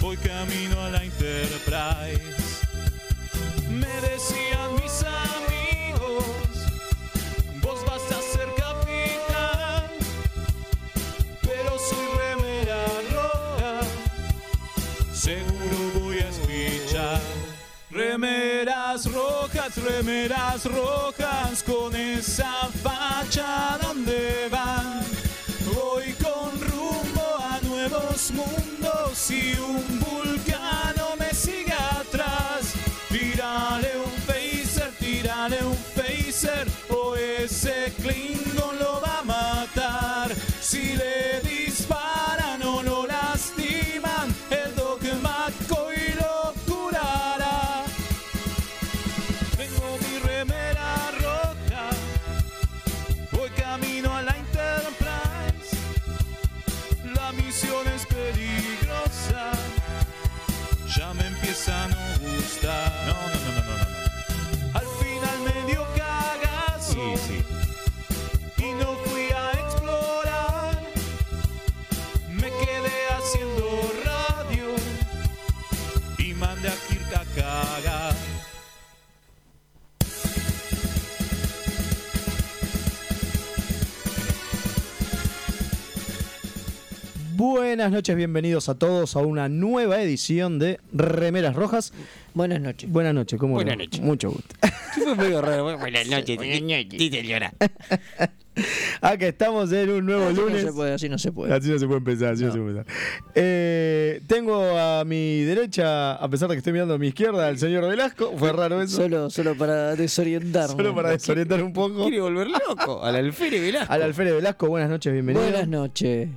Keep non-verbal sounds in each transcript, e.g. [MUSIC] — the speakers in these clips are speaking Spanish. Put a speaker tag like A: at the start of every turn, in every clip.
A: voy camino a la Enterprise. Me decían mis amigos, vos vas a ser capitán, pero soy remera roja, seguro voy a espichar. Remeras rojas, remeras rojas, con esa facha, ¿dónde van? Voy con rumbo a nuevos mundos y un vulcano me sigue atrás. Tírale un phaser, tírale un phaser o ese Klingon lo va a matar. Si le disparan o lo lastiman, el dogmático y lo curará. Tengo mi remera roja, voy camino a la Enterprise. La misión es peligrosa. Ya me empieza a no gustar. No, no, no, no, no. no. Al final me dio cagazo. Y no fui a explorar. Me quedé haciendo radio. Y mandé a Kirk a cagar.
B: Buenas noches, bienvenidos a todos a una nueva edición de Remeras Rojas.
C: Buenas noches.
B: Buenas noches, ¿cómo
C: Buenas
B: le va?
C: noches.
B: Mucho gusto. [LAUGHS]
C: Fue medio raro. Buenas noches.
D: Buenas noches.
C: Dice Leona.
B: Acá estamos en un nuevo
C: Así no
B: lunes.
C: se puede, así no se puede.
B: Así no se puede empezar, así no,
C: No.
B: se puede empezar. Eh, tengo a mi derecha, a pesar de que estoy mirando a mi izquierda, al señor Velasco. Fue raro eso.
C: Solo, solo para desorientarnos.
B: [LAUGHS] Solo para desorientar un poco.
D: Quiere volver loco al alférez Velasco.
B: Al Alférez Velasco, buenas noches, bienvenido.
C: Buenas noches.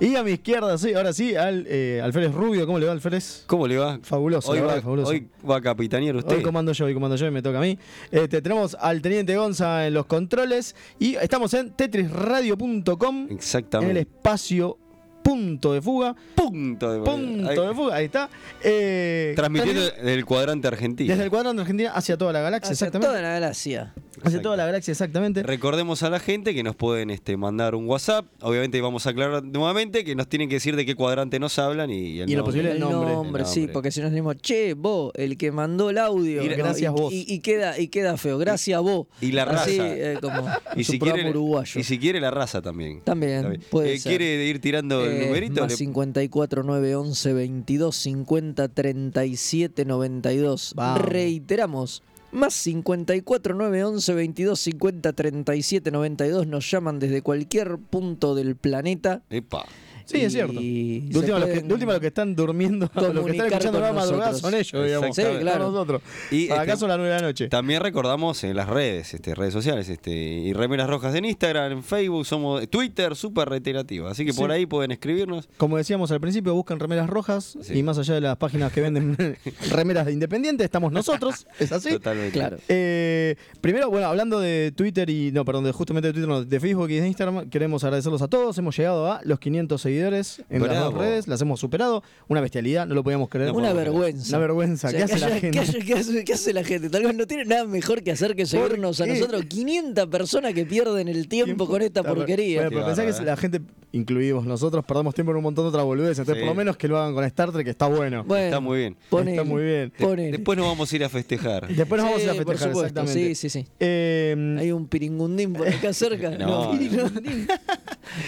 B: Y a mi izquierda, sí, ahora sí, al eh, Alférez Rubio. ¿Cómo le va, Alférez?
D: ¿Cómo le va?
B: Fabuloso,
D: Hoy
B: la
D: va,
B: verdad, fabuloso.
D: hoy va a capitanear usted.
B: Hoy comando yo, hoy comando yo y me toca a mí. Este, tenemos al Teniente Gonza en los controles y estamos en tetrisradio.com en
D: Exactamente.
B: el espacio punto de fuga.
D: punto de
B: Punto
D: Ahí-
B: de fuga, ahí está. Eh,
D: Transmitiendo
B: transmitiendo
D: desde el cuadrante argentino.
B: desde el cuadrante de Argentina hacia toda la galaxia,
C: Hacia
B: exactamente.
C: toda la galaxia.
B: Hacia toda la galaxia, exactamente.
D: Recordemos a la gente que nos pueden este, mandar un WhatsApp. Obviamente vamos a aclarar nuevamente que nos tienen que decir de qué cuadrante nos hablan y, el
B: Y en lo
D: nombre.
B: posible- El
C: El
B: nombre,
C: nombre,
D: el
C: sí,
D: nombre.
C: porque si nos decimos, che, vos, el que mandó el audio.
B: Y
C: ¿no?
B: gracias
C: y,
B: vos.
C: Y, y queda, y queda feo, gracias vos.
D: Y la
C: Así,
D: raza.
C: eh, como
D: Y
C: su
D: si,
C: programa
D: quiere,
C: uruguayo.
D: y si quiere la raza también.
C: También,
D: Está bien.
C: puede
D: Eh,
C: ser.
D: ¿Quiere ir tirando el
C: Eh,
D: numerito?
C: más
D: Le-
C: 54 9 11 22 50 37 92.
B: Vamos.
C: Reiteramos. Más 54 9 11 22 50 37 92. Nos llaman desde cualquier punto del planeta.
D: Epa.
B: Sí, es
C: y
B: cierto.
C: se
B: De última, los que,
C: pueden-
B: de última los que están durmiendo, los que están
C: comunicar
B: escuchando
C: con
B: la madrugada
C: nosotros.
B: son ellos, digamos.
D: Sí,
B: No
C: claro.
B: nosotros.
D: Y,
B: Acá
D: este,
B: son las nueve de la noche.
D: También recordamos en las redes, este, redes sociales, este, y remeras rojas en Instagram, en Facebook, somos eh, Twitter, súper reiterativa. Así que por
B: Sí.
D: ahí pueden escribirnos.
B: Como decíamos al principio, buscan remeras rojas
D: Sí.
B: y más allá de las páginas que
D: [LAUGHS]
B: venden remeras de independiente, estamos nosotros, es así.
D: Totalmente.
C: Claro.
B: Eh, primero, bueno, hablando de Twitter y, no, perdón, de justamente de Twitter, no, de Facebook y de Instagram, queremos agradecerlos a todos. Hemos llegado a los 500 seguidores en las
D: Bravo.
B: dos redes, las hemos superado. Una bestialidad, no lo podíamos creer.
D: No
C: Una
D: podemos creer.
C: vergüenza.
B: Una vergüenza.
C: O sea,
B: ¿Qué hace la
C: haya-
B: gente?
C: que haya- que hace- ¿Qué hace la gente? Tal vez no tiene nada mejor que hacer que seguirnos a
B: qué?
C: nosotros. 500 personas que pierden el tiempo con esta
B: Está bueno.
C: porquería.
B: Bueno, pero pensá
D: bárbaro,
B: que
D: ¿eh?
B: la gente, incluidos nosotros, perdemos tiempo en un montón de otras boludeces. Entonces,
D: Sí.
B: por lo menos que lo hagan con Star Trek, que está bueno.
D: Está muy bien.
B: Está muy bien.
C: Ponele.
D: Después nos vamos a ir
C: [LAUGHS]
D: a festejar.
B: Después nos vamos a ir a
C: Sí, por
B: festejar,
C: supuesto,
B: exactamente.
C: sí, sí, sí.
B: Eh,
C: Hay un piringundín por acá cerca.
D: [LAUGHS] No,
C: No,
D: [LAUGHS]
C: piringundín.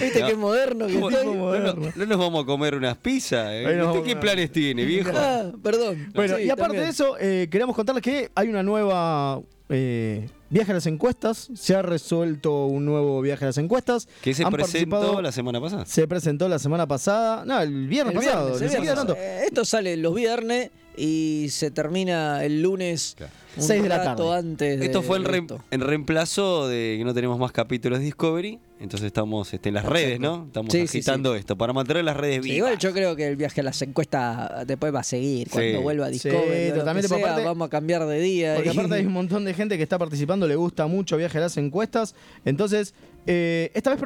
C: Viste
D: No.
C: qué moderno que
D: ¿Cómo-
C: estoy.
D: no,
B: moderno.
D: no- no nos vamos a comer unas pizzas. eh?
B: Ahí nos
D: ¿Usted
B: vamos
D: qué
B: a-
D: planes tiene, viejo?
C: Ah, perdón.
B: Bueno,
C: Sí,
B: y aparte
C: también.
B: de eso, eh, queríamos contarles que hay una nueva eh, viaje a las encuestas. Se ha resuelto un nuevo viaje a las encuestas.
D: Que se
B: Han
D: presentó
B: participado-
D: la semana pasada.
B: Se presentó la semana pasada. No, el viernes
C: El
B: pasado.
C: viernes,
B: ni
C: el
B: siquiera
C: viernes.
B: tanto.
C: Eh, esto sale los viernes y se termina el lunes.
D: Claro.
C: un
B: Seis de la
C: rato
B: tarde.
C: antes de-
D: Esto fue en,
C: de
D: rem-
C: esto.
D: en reemplazo de que no tenemos más capítulos de Discovery. Entonces estamos este, en las redes, ¿no? Estamos
C: Sí, sí, sí.
D: agitando esto para mantener las redes
C: Sí,
D: vivas.
C: igual yo creo que el viaje a las encuestas después va a seguir. Cuando
D: Sí.
C: vuelva a
B: Sí,
C: Discovery, o lo que
B: totalmente, porque
C: sea,
B: aparte-
C: vamos a cambiar de día.
B: Porque
C: y- [LAUGHS]
B: aparte hay un montón de gente que está participando, le gusta mucho viaje a las encuestas. Entonces, eh, esta vez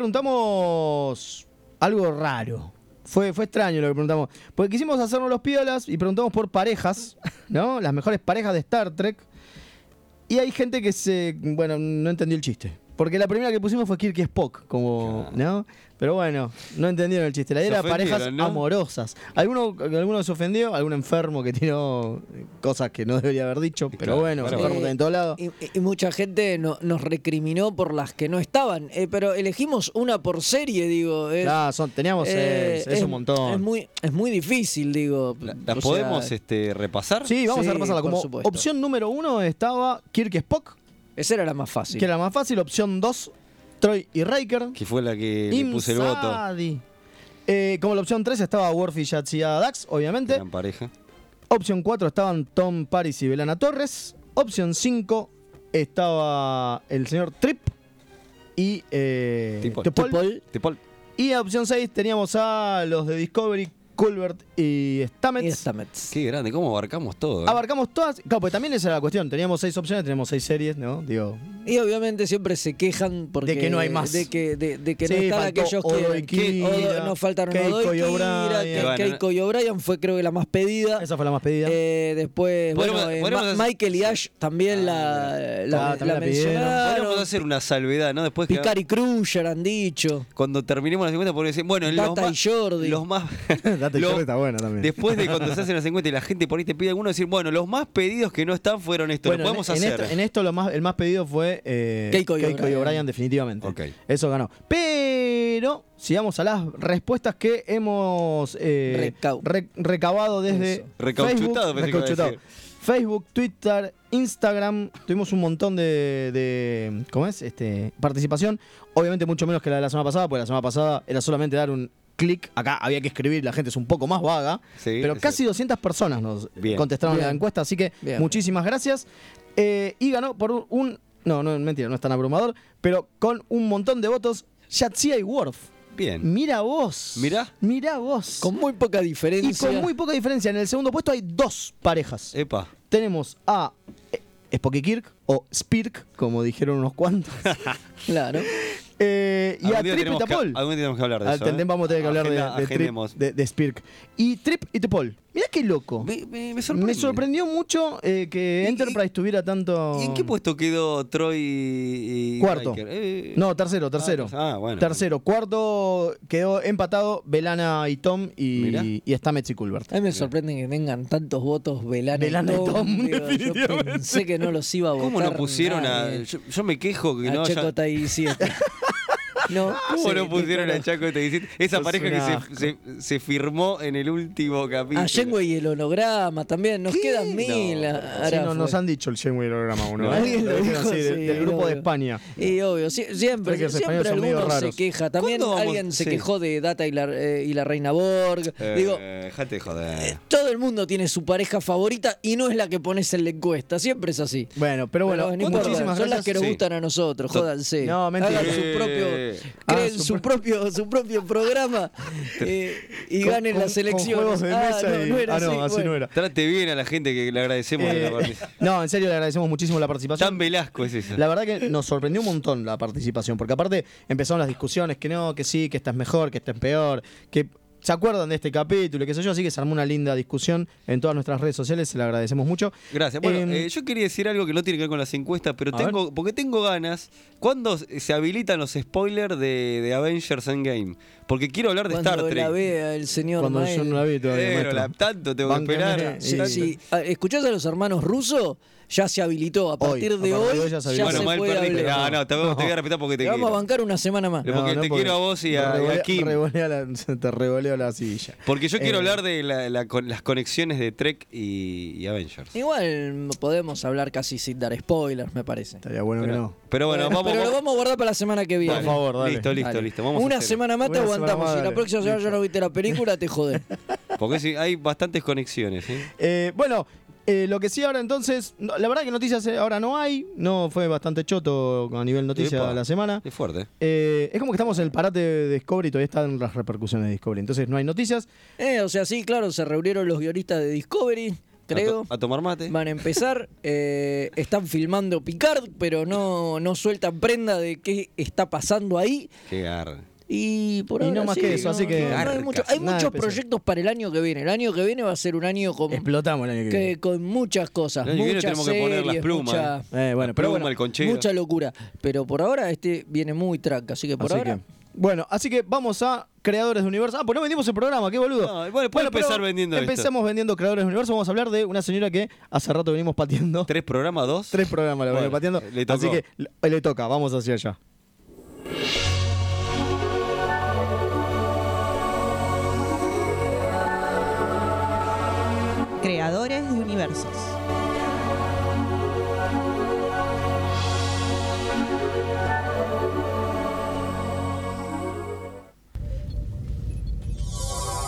B: preguntamos algo raro. Fue, fue extraño lo que preguntamos. Porque quisimos hacernos los piolas y preguntamos por parejas, ¿no? Las mejores parejas de Star Trek. Y hay gente que se. Bueno, no entendió el chiste. Porque la primera que pusimos fue Kirk y Spock, como, ¿no? Pero bueno, no entendieron el chiste. La idea
D: Se
B: era parejas
D: ofendieron, ¿no?
B: amorosas. Alguno, alguno se ofendió, algún enfermo que tiró cosas que no debería haber dicho, pero
D: claro,
B: bueno,
D: claro.
B: los enfermos están en todos lados.
C: Y, y mucha gente no- nos recriminó por las que no estaban. Eh, pero elegimos una por serie, digo. es-
B: Ah, son, teníamos
C: eh,
B: seis, es, un montón.
C: Es muy, es muy difícil, digo.
D: La-
C: O
D: ¿Las
C: sea,
D: podemos este, repasar?
B: Sí, vamos
C: Sí,
B: a repasarla.
C: por
B: Como
C: supuesto.
B: opción número uno estaba Kirk y Spock,
C: Esa era la más fácil.
B: que era la más fácil. Opción dos, Troy y Riker.
D: Que fue la que
B: Im
D: le puse el voto.
B: Sadi. Eh, como la opción 3 estaba Worf y Yatsia Dax, obviamente.
D: Gran pareja.
B: Opción 4 estaban Tom Paris y Belana Torres. Opción 5 estaba el señor Tripp y eh,
D: Tipol.
B: Tupol.
D: Tepol.
B: Y opción 6 teníamos a los de Discovery, Culbert y Stamets.
C: Y Stamets.
D: Qué grande, cómo abarcamos todo. eh.
B: Abarcamos todas. Claro, pues también esa era la cuestión. Teníamos seis opciones, teníamos seis series, ¿no? Digo,
C: Y obviamente siempre se quejan porque
B: De que no hay más.
C: De que, de, de que no
B: Sí,
C: están
B: faltó
C: aquellos
B: Odo y
C: que- que.
B: Kira,
C: Odo- no faltaron
B: Keiko
C: Odo y
B: y
C: Kira, que
B: O'Brien.
C: Keiko y O'Brien fue creo que la más pedida.
B: esa fue la más pedida.
C: Eh, después, bueno,
D: Podríamos-
C: eh,
D: podríamos
C: Ma-
D: hacer-
C: Michael y Ash también la, la,
B: Ah, también
C: la
B: la pidieron.
C: mencionaron.
D: Podríamos hacer una salvedad, ¿no? Después que
C: Picard y Kruger han dicho.
D: cuando terminemos las 50 podemos decir, bueno, los
C: Tata y
D: más,
C: Jordi.
D: los más
B: [LAUGHS]
D: [LAUGHS]
B: Date
D: lo-
B: Jordi está buena también.
D: después de cuando se hacen las 50 y la gente por ahí te pide alguno decir, bueno, los más pedidos que no están fueron estos,
B: Bueno,
D: lo podemos
B: en, en
D: hacer.
B: esto, en esto lo más, el más pedido fue eh,
C: Keiko
B: Keiko,
C: y
B: y
C: O'Brien.
B: O'Brien, definitivamente.
D: Ok.
B: Eso ganó. Pero sigamos a las respuestas que hemos eh,
C: Recau-
B: re- recabado desde
C: Eso.
B: Facebook,
D: Recauchutado, pensé que iba a
B: recauchutado.
D: decir.
B: Facebook, Twitter, Instagram. Tuvimos un montón de, de- ¿cómo es? Este, participación. Obviamente mucho menos que la de la semana pasada, porque la semana pasada era solamente dar un clic. Acá había que escribir, la gente es un poco más vaga.
D: Sí,
B: pero
D: es
B: casi 200 personas nos
D: Bien.
B: contestaron
C: Bien.
B: la encuesta, así que
C: Bien.
B: muchísimas gracias. Eh, y ganó por un, un- No, no, mentira, no es tan abrumador, pero con un montón de votos, Yatsia y Worf.
D: Bien.
B: Mira vos.
D: Mirá.
B: Mira vos.
C: Con muy poca diferencia.
B: y con muy poca diferencia, en el segundo puesto hay dos parejas.
D: Epa.
B: Tenemos a eh, Spock y Kirk, o Spirk, como dijeron unos
D: [LAUGHS]
B: cuantos,
C: Claro.
B: eh, y a
D: Algún día
B: Trip y
D: tenemos que-
B: Tapol.
D: algún día tenemos que hablar de
B: Ah,
D: eso.
B: tendré-
D: ¿eh?
B: Vamos a tener que hablar de-
D: Agenda-
B: de, Trip-
D: agendemos.
B: de- de Spirk. Y Trip y Tepol. Mirá qué loco.
D: Me, me- me
B: Me sorprendió mucho eh, que
D: ¿Y-
B: Enterprise
D: y-
B: tuviera tanto.
D: ¿Y en qué puesto quedó Troy y. y
B: Cuarto.
D: Riker? Eh,
B: No, tercero, tercero.
D: Ah, bueno.
B: Tercero, cuarto quedó empatado Belana y Tom
D: Mirá.
B: y, y Stamets y Culbert.
C: A mí me sorprende que tengan tantos votos Velana
B: Velana y
C: y Tom.
B: Tom,
C: digo, yo
B: definitivamente.
C: pensé que no los iba a votar.
D: ¿Cómo no pusieron a.?
C: nadie.
D: Yo, yo me quejo que
C: a
D: no. haya-
C: Chacota y
D: [LAUGHS]
C: Siete? No,
D: ¿Cómo
C: sí,
D: no pusieron
C: claro.
D: a Chaco y te dicen? Esa
B: Sos
D: pareja
B: un
D: que
B: asco.
D: se, se- se firmó en el último
B: Ah,
D: capítulo.
C: A Shenway y el holograma también. Nos
D: ¿Qué?
C: quedan mil.
D: No.
C: a-
B: Sí,
C: ahora
B: no, nos
C: Ah, fue.
B: han dicho el Shenway holograma uno.
D: No,
B: ¿eh?
C: alguien lo
B: Lo dijeron
C: dijo,
B: así, de-
C: sí,
B: del grupo de
C: obvio.
B: España.
C: Y obvio, sí- siempre,
B: Creo que los
C: siempre
B: españoles son medio
C: algunos se
B: raros.
C: queja. También
D: ¿Cuándo vamos?
C: alguien se
D: Sí.
C: quejó de Data y la, eh, y la Reina Borg.
D: Eh,
C: Digo,
D: dejate de joder.
C: todo el mundo tiene su pareja favorita y no es la que pones en la encuesta. Siempre es así.
B: Bueno, pero bueno,
C: no importa,
B: muchísimas
C: Son las
B: gracias.
C: que nos
D: Sí.
C: gustan a nosotros,
D: To-
C: jódanse.
B: No, mentira.
C: Hagan su
D: Eh.
C: propio,
B: Ah,
C: creen
B: su
C: su, propio, su propio programa eh, y
B: Con-
C: ganen
B: con-
C: las
B: con
C: elecciones.
B: juegos de
C: Ah,
B: mesa
C: no,
B: y-
C: no era
B: ah, no, así
C: bueno.
B: no era.
D: Trate bien a la gente que le agradecemos.
B: Eh, [LAUGHS]
D: la participación.
B: no, en serio le agradecemos muchísimo la participación.
D: Tan Velasco es eso.
B: La verdad que nos sorprendió un montón la participación, porque aparte empezaron las discusiones, que no, que sí, que esta es mejor, que esta es peor, que se acuerdan de este capítulo, y qué sé yo, así que se armó una linda discusión en todas nuestras redes sociales, se la agradecemos mucho.
D: Gracias. Bueno,
B: Em,
D: eh, yo quería decir algo que no tiene que ver con las encuestas, pero
B: A
D: tengo, porque tengo ganas. ¿Cuándo se habilitan los spoilers de, de Avengers Endgame? Porque quiero hablar de Star
C: Cuando la
D: Trek.
C: vea el señor
B: cuando yo
C: Mael. Eh,
B: no la vi todavía.
D: Pero
B: maestro.
D: la- tanto tengo que
B: Báncame,
D: esperar.
B: sí,
C: Si,
D: tanto.
C: si, a- escuchás a los hermanos rusos, ya se habilitó. A partir de
B: a partir
C: hoy, ya se,
B: habilitó.
D: Bueno, mal
C: puede
D: perdiste.
C: hablar.
D: No,
B: Ah,
D: no, te, te voy a respetar porque te
C: Te
D: quiero.
C: vamos a bancar una semana más.
D: Le- porque te quiero a vos y a-
B: me
D: y a
B: revolea-
D: Kim.
B: revolea la- [LAUGHS] te revoleo la silla.
D: Porque yo quiero
B: Eh,
D: hablar de la- la con- las conexiones de Trek y, y Avengers.
C: Igual podemos hablar casi sin dar spoilers, me parece. Eh,
B: Estaría bueno que
D: Pero,
B: no.
D: pero bueno,
C: Pero
D: vamos.
C: lo
D: vamos-
C: vamos a guardar para la semana que viene.
B: Por favor, dale.
D: Listo, listo,
C: Dale.
D: listo. Vamos a
C: una
D: hacer-
C: semana más te
B: Una semana
C: aguantamos.
B: más,
C: Si la
B: dale.
C: próxima semana ya no viste la película, te
B: [LAUGHS]
C: jodé.
D: Porque sí, hay bastantes conexiones. ¿eh?
B: Eh, bueno, eh, lo que sí ahora entonces, no, la verdad que noticias eh, ahora no hay, no fue bastante choto a nivel noticia
D: Epa.
B: la semana.
D: Es fuerte.
B: Eh, es como que estamos en el parate de Discovery y todavía están las repercusiones de Discovery. Entonces no hay noticias.
C: Eh, o sea, sí, claro, se reunieron los guionistas de Discovery, creo.
D: A, to- a tomar mate.
C: Van a empezar. eh, están filmando Picard, pero no, no sueltan prenda de qué está pasando ahí.
D: Qué garra.
C: Y por
B: Y
C: ahora
B: no más
C: sí,
B: que eso, así que-
C: no hay mucho- hay
B: Nada
C: muchos
B: especial.
C: proyectos para el año que viene. El año que viene va a ser un año con,
B: Explotamos el año que,
C: que, con muchas cosas.
D: El año que viene
C: muchas
D: tenemos que poner las
C: series,
D: plumas.
C: mucha-
B: viene. Eh, bueno,
D: La
B: pero
D: pluma,
B: bueno,
D: el conchero.
C: Mucha locura. Pero por ahora este viene muy tranca, así que por
B: así
C: ahora.
B: que- bueno, así que vamos a Creadores de Universo. Ah, pues no vendimos el programa, qué boludo.
D: No, bueno, puede
B: pero
D: empezar vendiendo esto.
B: Empezamos vendiendo Creadores de Universo. Vamos a hablar de una señora que hace rato venimos pateando.
D: ¿Tres programas, dos?
B: [LAUGHS] Tres programas la venimos
D: Bueno,
B: pateando.
D: le tocó.
B: Así que le- le toca, vamos hacia allá.
E: Creadores de universos.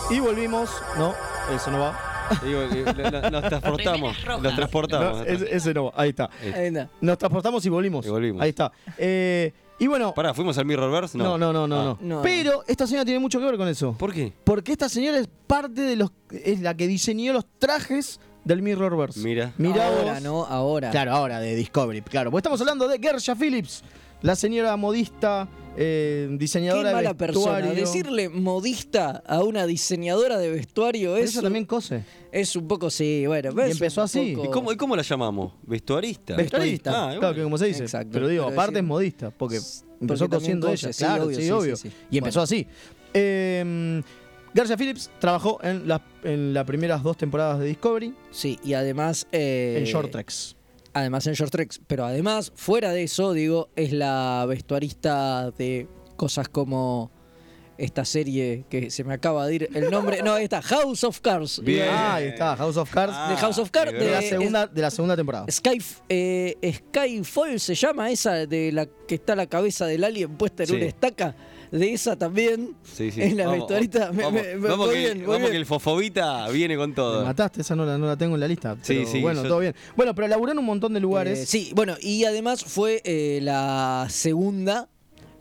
B: Y volvimos. No, eso no va.
D: Digo, eh, la- la- nos transportamos.
F: Remeras rojas.
D: Nos transportamos.
B: No, ese, ese no va. Ahí está.
C: Ahí está.
B: Nos transportamos y volvimos.
D: Y volvimos.
B: Ahí está. Eh, y bueno.
D: Pará, ¿fuimos al Mirrorverse?
B: No, no, no, no,
D: Ah.
B: no.
C: No.
B: Pero esta señora tiene mucho que ver con eso.
D: ¿Por qué?
B: Porque esta señora es parte de los. es la que diseñó los trajes del Mirrorverse.
D: Mira.
B: Mirá
C: ahora,
B: vos.
C: ¿no? Ahora.
B: Claro, ahora de Discovery, claro. Porque estamos hablando de Gersha Phillips, la señora modista, eh,
C: Qué
B: diseñadora de
C: mala persona.
B: vestuario.
C: Decirle modista a una diseñadora de vestuario
B: Pero
C: es,
B: ella
C: un-
B: también cose.
D: Ah,
C: es un poco, sí, bueno.
B: Y
C: es
B: empezó
C: un
B: así.
D: ¿Y cómo, y cómo la llamamos? ¿Vestuarista?
B: Vestuarista.
D: Ah, y
B: claro, que
D: bueno.
B: como se dice.
C: Exacto.
B: Pero digo,
C: Pero
B: aparte
C: decir-
B: es modista, porque empezó
C: también
B: cosiendo
C: cose,
B: ella,
C: sí,
B: claro,
C: obvio,
B: sí,
C: sí,
B: obvio.
C: sí, sí.
B: Y empezó
C: Bueno.
B: así. Eh, Gersha Phillips trabajó en las en las primeras dos temporadas de Discovery,
C: Sí, y además. eh,
B: en Short Treks.
C: Además en Short Treks. Pero además, fuera de eso, digo, es la vestuarista de cosas como esta serie que se me acaba de ir el nombre. no, ahí está, House of Cards.
D: Bien.
B: Ah, ahí está, House of Cards.
D: Ah,
C: de House of Cards,
D: de
B: de, la
C: eh,
B: segunda, de la segunda temporada.
C: Sky, eh, Skyfall se llama esa de la que está la cabeza del alien puesta en
D: Sí.
C: una estaca. De esa también.
D: Sí,
C: [LAUGHS]
D: sí.
C: En la
D: Vamos,
C: vestuarita. Me-
D: Vamos,
C: me- me-
D: vamos
C: muy
D: que,
C: bien, muy
D: vamos
C: bien.
D: que el fofobita viene con
B: Me
D: todo.
B: mataste, esa no la, no la tengo en la lista.
D: Sí,
B: pero
D: sí,
B: Bueno,
D: yo-
B: todo bien. Bueno, pero laburó en un montón de lugares.
C: Eh, sí, bueno, y además fue eh, la segunda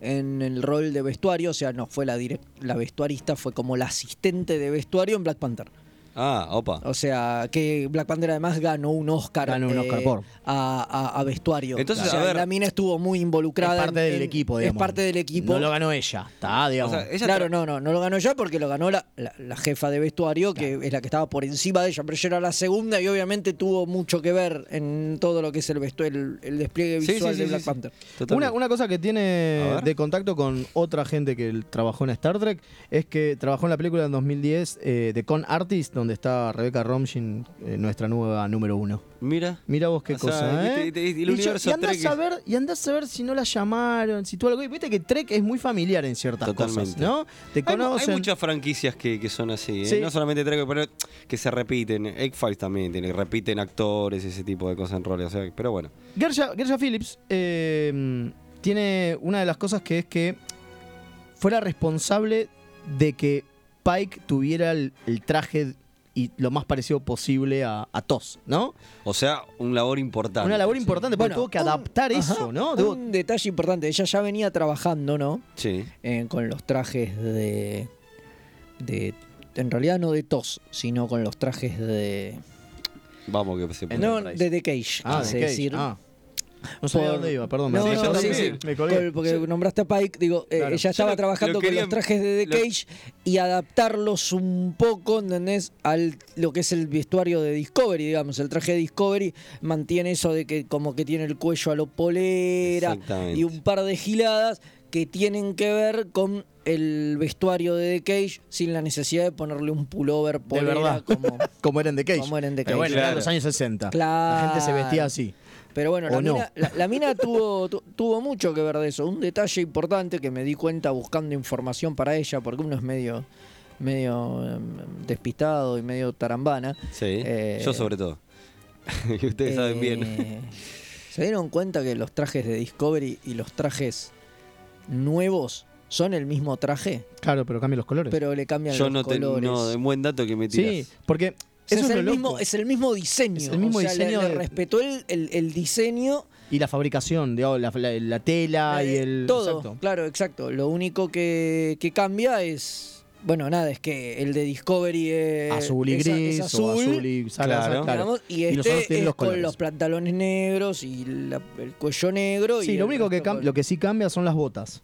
C: en el rol de vestuario, o sea, no fue la, direc- la vestuarista, fue como la asistente de vestuario en Black Panther.
D: Ah, opa.
C: O sea, que Black Panther además ganó un Oscar, eh,
B: Ganó un Oscar por.
C: A, a- a vestuario.
D: Entonces,
C: O sea,
D: a ver-
C: la mina estuvo muy involucrada.
B: es parte
C: en- en-
B: del equipo, digamos.
C: Es parte del equipo.
B: No lo ganó ella, está,
D: O
B: digamos.
D: sea, ella
C: claro,
D: tra-
C: no, no, no lo ganó ya porque lo ganó la, la- la jefa de vestuario, que es la que estaba por encima de ella, pero ella era la segunda y obviamente tuvo mucho que ver en todo lo que es el vestu- el, el despliegue
D: Sí, sí,
C: visual
D: sí,
C: de
D: sí,
C: Black
D: sí.
C: Panther.
D: Totalmente.
B: una, una cosa que
D: A
B: tiene
D: ver.
B: de contacto con otra gente que el- trabajó en Star Trek es que trabajó en la película en 2010 eh, de Con Artist, donde está Rebecca Romijn, eh, nuestra nueva número uno.
D: Mira.
B: Mira vos qué
D: O sea,
B: cosa, ¿eh?
D: y te- y te- y el
B: yo-
D: universo
B: andás
D: Trek es-
B: a ver, y andás a ver si no la llamaron, si tú algo. y Viste que Trek es muy familiar en ciertas cosas,
D: Totalmente.
B: ¿no? Te
D: Hay, mu- hay
B: conocen.
D: muchas franquicias que, que son así, ¿eh?
B: Sí.
D: no solamente Trek, pero que se repiten. X-Files también tiene, repiten actores, ese tipo de cosas en roles. o sea, pero bueno,
B: Gersha, Gersha Phillips eh, tiene una de las cosas que es que fuera responsable de que Pike tuviera el, el traje y lo más parecido posible a, a Tos, ¿no?
D: o sea, un labor importante.
B: Una labor importante, porque
C: Bueno,
B: tuvo que
C: un-
B: adaptar eso,
C: Ajá.
B: ¿no? Tuvo-
C: Un detalle importante, ella ya venía trabajando, ¿no?
D: Sí.
C: Eh, con los trajes de, de... En realidad no de Tos, sino con los trajes de...
D: Vamos que se
C: No, de
D: Enterprise.
C: The Cage,
B: Ah,
C: quise
B: de Cage,
C: decir.
B: ah. No sabía
C: Por-
B: dónde iba, perdón.
C: No,
B: me,
D: yo
C: no, sí,
D: también.
C: sí.
B: me colgué.
C: Col- porque nombraste a Pike, digo, eh,
B: Claro.
C: ella estaba
D: lo-
C: trabajando
D: lo
C: con
D: quería-
C: los trajes de The
D: lo-
C: Cage y adaptarlos un poco, ¿entendés? Al lo que es el vestuario de Discovery, digamos. El traje de Discovery mantiene eso de que como que tiene el cuello a lo polera
D: Exactamente.
C: y un par de giladas que tienen que ver con el vestuario de The Cage sin la necesidad de ponerle un pullover polera
B: verdad.
C: como...
B: Como eran [LAUGHS] de Cage.
C: Como eran de Cage.
B: Pero bueno, eran
D: Claro.
B: los años 60. La
C: Claro.
B: gente se vestía así.
C: Pero bueno,
B: ¿O
C: la,
B: no?
C: mina, la- la mina tuvo, tu- tuvo mucho que ver de eso. Un detalle importante que me di cuenta buscando información para ella, porque uno es medio, medio em, despistado y medio tarambana.
D: Sí.
C: Eh,
D: Yo sobre todo. [LAUGHS] y ustedes saben bien.
C: Eh, [LAUGHS] ¿Se dieron cuenta que los trajes de Discovery y los trajes nuevos son el mismo traje?
B: Claro, pero cambian los colores.
C: Pero le cambian
D: Pues, Yo
C: los
D: no tengo.
C: colores.
D: No, es buen dato que me
B: sí,
D: tiras.
B: porque
C: O sea,
B: eso es,
C: es, el
B: lo
C: mismo,
B: loco.
C: es el mismo diseño.
B: Es el mismo
C: O sea, le-
B: diseño
C: le
B: de-
C: respetó el- el- el diseño
B: Y la fabricación, digamos, la, la- la tela y
C: Eh,
B: el.
C: Todo,
B: exacto.
C: claro, exacto. Lo único que, que cambia es. Bueno, nada, es que el de Discovery es
B: azul y
C: Eh, es-
B: gris,
C: es
B: o azul y salada,
D: Claro.
B: claro.
C: digamos, y
B: Y los otros
C: este
B: tienen
C: es
B: los colores.
C: con los pantalones negros y la- el cuello negro. y
B: Sí, lo
C: el
B: único que
C: resto
B: cam-
C: con-
B: lo que sí cambia son las botas.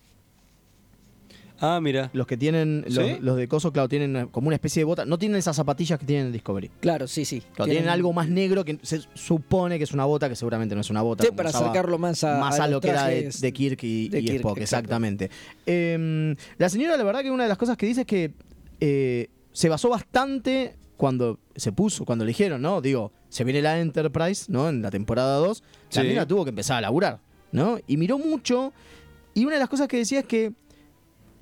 D: Ah, mira.
B: Los que tienen, los,
D: ¿Sí?
B: los de Coso, claro, tienen eh, como una especie de bota. No tienen esas zapatillas que tienen en Discovery.
C: Claro, sí, sí.
B: Claro, tienen, algo más negro que se supone que es una bota, que seguramente no es una bota.
C: Sí,
B: como
C: para
B: usaba-
C: acercarlo más a,
B: más a
C: los
B: lo que era de,
C: trajes.
B: de Kirk y,
C: de
B: y
C: Kirk,
B: Spock,
C: exacto.
B: exactamente. Eh, la señora, la verdad que una de las cosas que dice es que eh, se basó bastante cuando se puso, cuando eligieron, ¿no? Digo, se viene la Enterprise, ¿no? En la temporada 2, la
D: Sí.
B: mina tuvo que empezar a laburar, ¿no? Y miró mucho, y una de las cosas que decía es que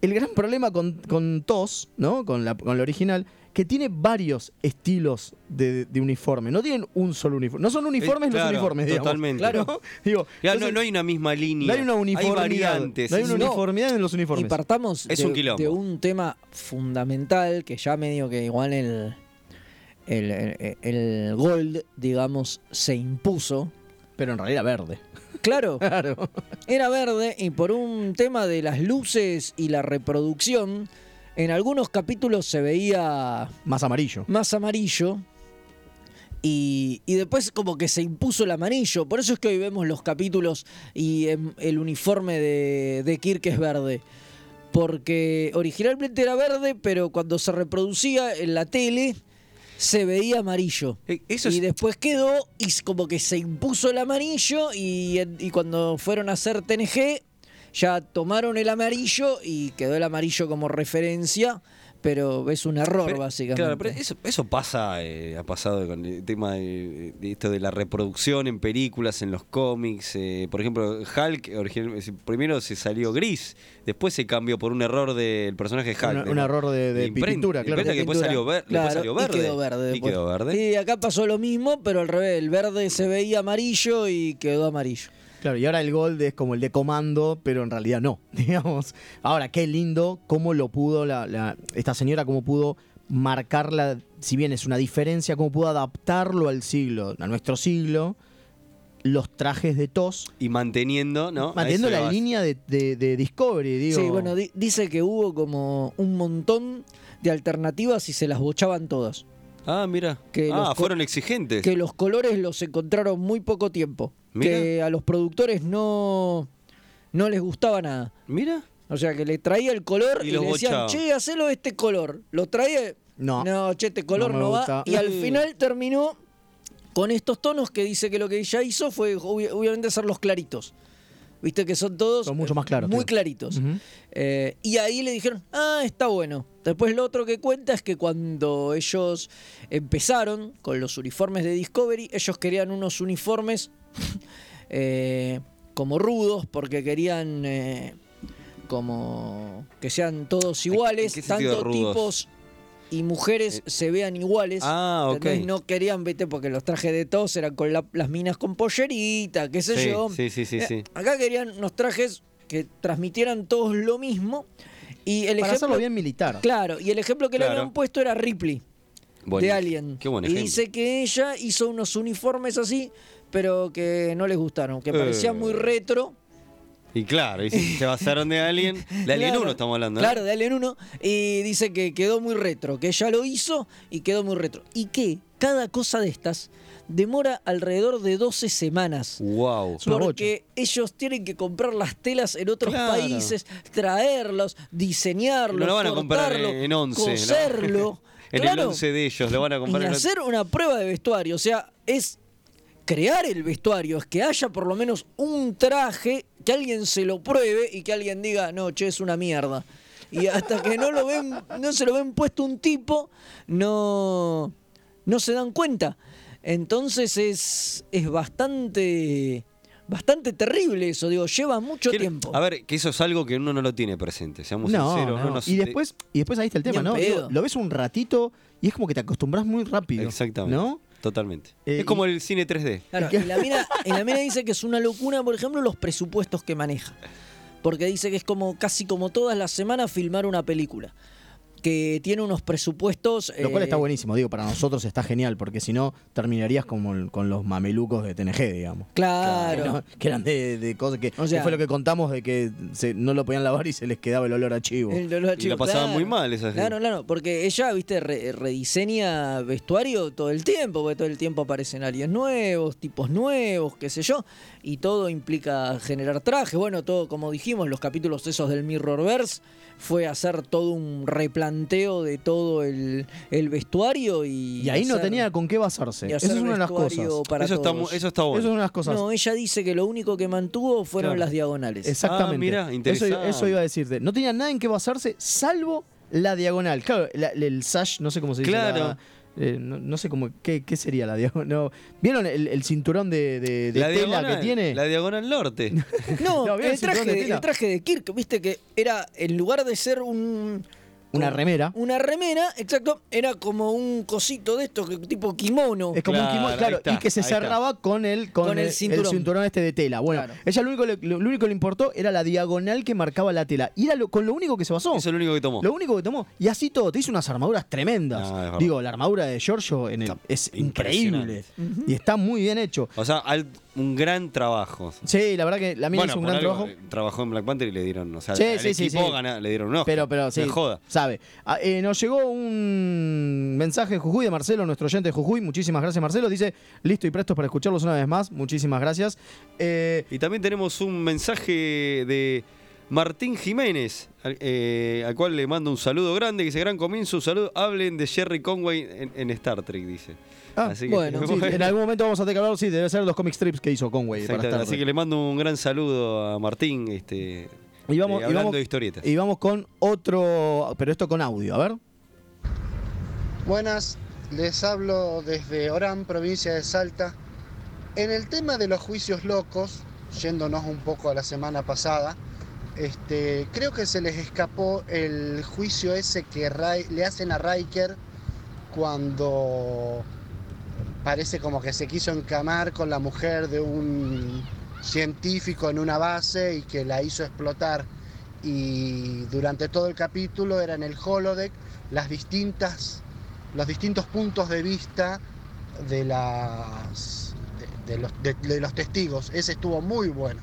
B: el gran problema con, con TOS, ¿no? Con la, con la original, que tiene varios estilos de, de uniforme. No tienen un solo uniforme. No son uniformes
D: Eh, claro,
B: los uniformes, digamos.
D: totalmente.
B: Claro. Digo,
D: Ya, no,
B: entonces-
D: no hay una misma línea.
B: no hay una uniformidad.
D: Hay variantes.
B: no hay una
C: No.
B: uniformidad en los
C: Y
B: uniformes.
C: partamos
D: Es
C: de,
D: un quilombo.
C: de un tema fundamental que ya medio que igual el, el, el- el gold, digamos, se impuso.
B: Pero en realidad verde.
C: Claro,
B: Claro.
C: era verde y por un tema de las luces y la reproducción, en algunos capítulos se veía
B: Más amarillo.
C: más amarillo. Y, y después como que se impuso el amarillo. Por eso es que hoy vemos los capítulos y em, el uniforme de, de Kirk es verde. Porque originalmente era verde, pero cuando se reproducía en la tele se veía amarillo.
D: Eh, Eso
C: y
D: es
C: después quedó y s- como que se impuso el amarillo y, en- y cuando fueron a hacer TNG ya tomaron el amarillo y quedó el amarillo como referencia, pero es un error
D: Pero-
C: básicamente.
D: Claro, pero eso, eso pasa, eh, ha pasado con el tema de, de esto de la reproducción en películas, en los cómics. eh, por ejemplo, Hulk, original- primero se salió gris, después se cambió por un error del personaje Hulk.
B: Un-
D: de-
B: un error de- de
D: imprenta-
B: pintura, claro.
D: imprenta que después
C: pintura.
D: salió, ver- después
C: Claro,
D: salió
C: y
D: verde.
C: quedó verde.
D: Y
C: después.
D: quedó verde.
C: Y acá pasó lo mismo, pero al revés. El verde se veía amarillo y quedó amarillo.
B: Claro, y ahora el Gold es como el de comando, pero en realidad no, [LAUGHS] digamos. Ahora, qué lindo cómo lo pudo la, la- esta señora, cómo pudo marcarla, si bien es una diferencia, cómo pudo adaptarlo al siglo, a nuestro siglo, los trajes de TOS,
D: Y, manteniendo, ¿no? A
B: manteniendo
D: eso le
B: la
D: vas.
B: línea de, de- de Discovery, digo.
C: Sí, bueno, di- dice que hubo como un montón de alternativas y se las bochaban todas.
D: Ah, mira.
C: que los
D: Ah,
C: co-
D: fueron exigentes.
C: Que los colores los encontraron muy poco tiempo.
D: Mirá.
C: Que a los productores no, no les gustaba nada.
D: Mira.
C: O sea, que le traía el color
D: Y
C: y,
D: los
C: le decían,
D: bochaba.
C: che, hacelo de este color. Lo traía.
B: No.
C: No, che, este color
B: No
C: no,
B: me
C: va.
B: gusta.
C: Y al
D: Mm.
C: final terminó con estos tonos que dice que lo que ella hizo fue obvi- obviamente hacer los claritos. Viste que son todos
B: Son mucho
C: eh,
B: más claros,
C: muy
B: creo.
C: claritos.
B: Ujú.
C: Eh, y ahí le dijeron, ah, está bueno. Después lo otro que cuenta es que cuando ellos empezaron con los uniformes de Discovery, ellos querían unos uniformes [LAUGHS] eh, como rudos porque querían eh, como que sean todos
D: ¿En-
C: iguales,
D: en qué sentido
C: tanto
D: rudos?
C: tipos y mujeres se vean iguales.
D: Eh. Ah, ok.
C: ¿entendés? No querían, vete, porque los trajes de todos eran con la- las minas con pollerita, qué sé
D: Sí,
C: yo.
D: sí, sí, sí,
C: Eh,
D: sí.
C: Acá querían unos trajes que transmitieran todos lo mismo. Y el
B: Para
C: ejemplo,
B: hacerlo bien militar.
C: Claro, y el ejemplo que le
D: Claro.
C: habían puesto era Ripley, de
D: Buenísimo.
C: Alien.
D: Qué buen
C: y
D: ejemplo.
C: dice que ella hizo unos uniformes así, pero que no les gustaron, que
D: Eh.
C: parecían muy retro.
D: Y claro, y si se basaron de Alien.
C: [LAUGHS]
D: De Alien
C: Claro.
D: 1 estamos hablando. ¿eh? ¿no?
C: Claro, de Alien 1. Y dice que quedó muy retro, que ella lo hizo y quedó muy retro. Y que cada cosa de estas demora alrededor de 12 semanas.
D: Wow.
B: Uh, Es una bocha.
C: Porque ellos tienen que comprar las telas en otros
D: Claro.
C: países, traerlos, diseñarlos,
D: No lo van a comprar
C: cortarlo,
D: en 11. ¿no?
C: coserlo.
D: [LAUGHS] en el
C: Claro,
D: 11 de ellos lo van a comprar.
C: y
D: en el-
C: hacer una prueba de vestuario, o sea, es crear el vestuario, es que haya por lo menos un traje, que alguien se lo pruebe y que alguien diga, no, che, es una mierda. Y hasta que no lo ven, no se lo ven puesto un tipo, no, no se dan cuenta. Entonces es, es bastante, bastante terrible eso, digo, lleva mucho
D: Quiero-
C: tiempo.
D: A ver, que eso es algo que uno no lo tiene presente, seamos
B: No,
D: sinceros.
B: no.
D: uno no se-
B: y, después, y después ahí está el tema,
C: en
B: ¿no?
C: pedo.
B: Digo, lo ves un ratito y es como que te acostumbras muy rápido.
D: Exactamente.
B: ¿No?
D: Totalmente.
B: Eh,
D: es como el cine 3D.
C: Claro, y la mina, y la mina dice que es una locura, por ejemplo, los presupuestos que maneja. Porque dice que es como casi como todas las semanas filmar una película. que tiene unos presupuestos.
B: Lo cual
C: eh,
B: está buenísimo, digo, para nosotros está genial, porque si no terminarías como el- con los mamelucos de TNG, digamos.
C: Claro.
B: Que, no- que eran de, de cosas que,
C: O sea-
B: que fue lo que contamos de que se- no lo podían lavar y se les quedaba el olor a chivo.
C: El dolor
D: Y
C: chivo,
D: la pasaba
C: claro.
D: muy mal esa gente.
C: Claro, claro, porque ella, viste, re- rediseña vestuario todo el tiempo, porque todo el tiempo aparecen aliens nuevos, tipos nuevos, qué sé yo, y todo implica generar trajes. Bueno, todo, como dijimos, los capítulos esos del Mirrorverse fue hacer todo un replanteo de todo el, el vestuario y.
B: y ahí no
C: hacer-
B: tenía con qué basarse.
C: y
B: Esa es
C: hacer
B: una de las cosas.
C: vestuario para
D: eso, está, mu-
C: todos.
D: eso está bueno.
B: Esa es una de las cosas.
C: No, ella dice que lo único que mantuvo fueron
D: Claro.
C: las diagonales.
B: Exactamente.
D: Ah, mirá,
B: Eso- eso,
D: interesante.
B: iba a decirte. No tenía nada en qué basarse, salvo la diagonal. Claro, la- la- el sash, no sé cómo se dice.
D: Claro.
B: la- eh, no, no sé cómo, qué, qué sería la diagonal. No. ¿Vieron el, el cinturón de, de- de
D: la
B: tela
D: diagonal,
B: que tiene?
D: La diagonal norte.
C: [LAUGHS]
B: [LAUGHS]
C: No,
B: No, ¿vieron
C: el,
B: el cinturón
C: traje
B: de
C: de,
B: tela?
C: el traje de Kirk, viste que era, en lugar de ser un...
B: Una remera.
C: Una remera, exacto, era como un cosito de esto, tipo kimono.
B: Es como un
D: Uh, Claro,
B: kimono,
D: ahí
B: claro,
D: está,
B: y que se
D: ahí está.
B: cerraba con el con, el, el cinturón. este de tela. Bueno,
C: Claro.
B: ella lo único, le- lo, único que le importó era la diagonal que marcaba la tela. Y era lo- con lo único que se basó.
D: Eso es lo único que tomó.
B: Lo único que tomó. Y así todo, te hizo unas armaduras tremendas.
D: Ah, es verdad.
B: Digo, la armadura de Giorgio en el-
D: Está
B: es increíble.
C: impresionante.
B: Y está muy bien hecho.
D: O sea, al- un gran trabajo.
B: Sí, la verdad que la mina
D: Bueno,
B: hizo un
D: por
B: gran
D: algo,
B: trabajo.
D: eh, Trabajó en Black Panther y le dieron, o sea,
B: Sí,
D: al
B: sí, sí,
D: equipo
B: sí.
D: gana- le dieron un Oscar.
B: Pero, pero sí.
D: Me joda.
B: Sabe. Ah, eh, nos llegó un mensaje de Jujuy de Marcelo, nuestro oyente de Jujuy. Muchísimas gracias, Marcelo. Dice, listo y presto para escucharlos una vez más. Muchísimas gracias. Eh,
D: Y también tenemos un mensaje de Martín Jiménez, al, eh, al cual le mando un saludo grande, que dice, gran comienzo, un saludo, hablen de Jerry Conway en, en Star Trek, dice.
B: Ah,
C: bueno,
B: sí, en algún momento vamos a tener que hablar, sí, debe ser los comic strips que hizo Conway para
D: Exactamente,
B: Star
D: así que
B: Trek.
D: le mando un gran saludo a Martín, este,
B: Y vamos,
D: eh,
B: y
D: hablando
B: vamos-
D: de historietas.
B: y vamos con otro, pero esto con audio, a ver.
F: Buenas, les hablo desde Orán, provincia de Salta. En el tema de los juicios locos, yéndonos un poco a la semana pasada, este, creo que se les escapó el juicio ese que Rai- le hacen a Riker cuando parece como que se quiso encamar con la mujer de un científico en una base y que la hizo explotar. Y durante todo el capítulo era en el holodeck las distintas los distintos puntos de vista de las de, de los, de- de los testigos. Ese estuvo muy bueno.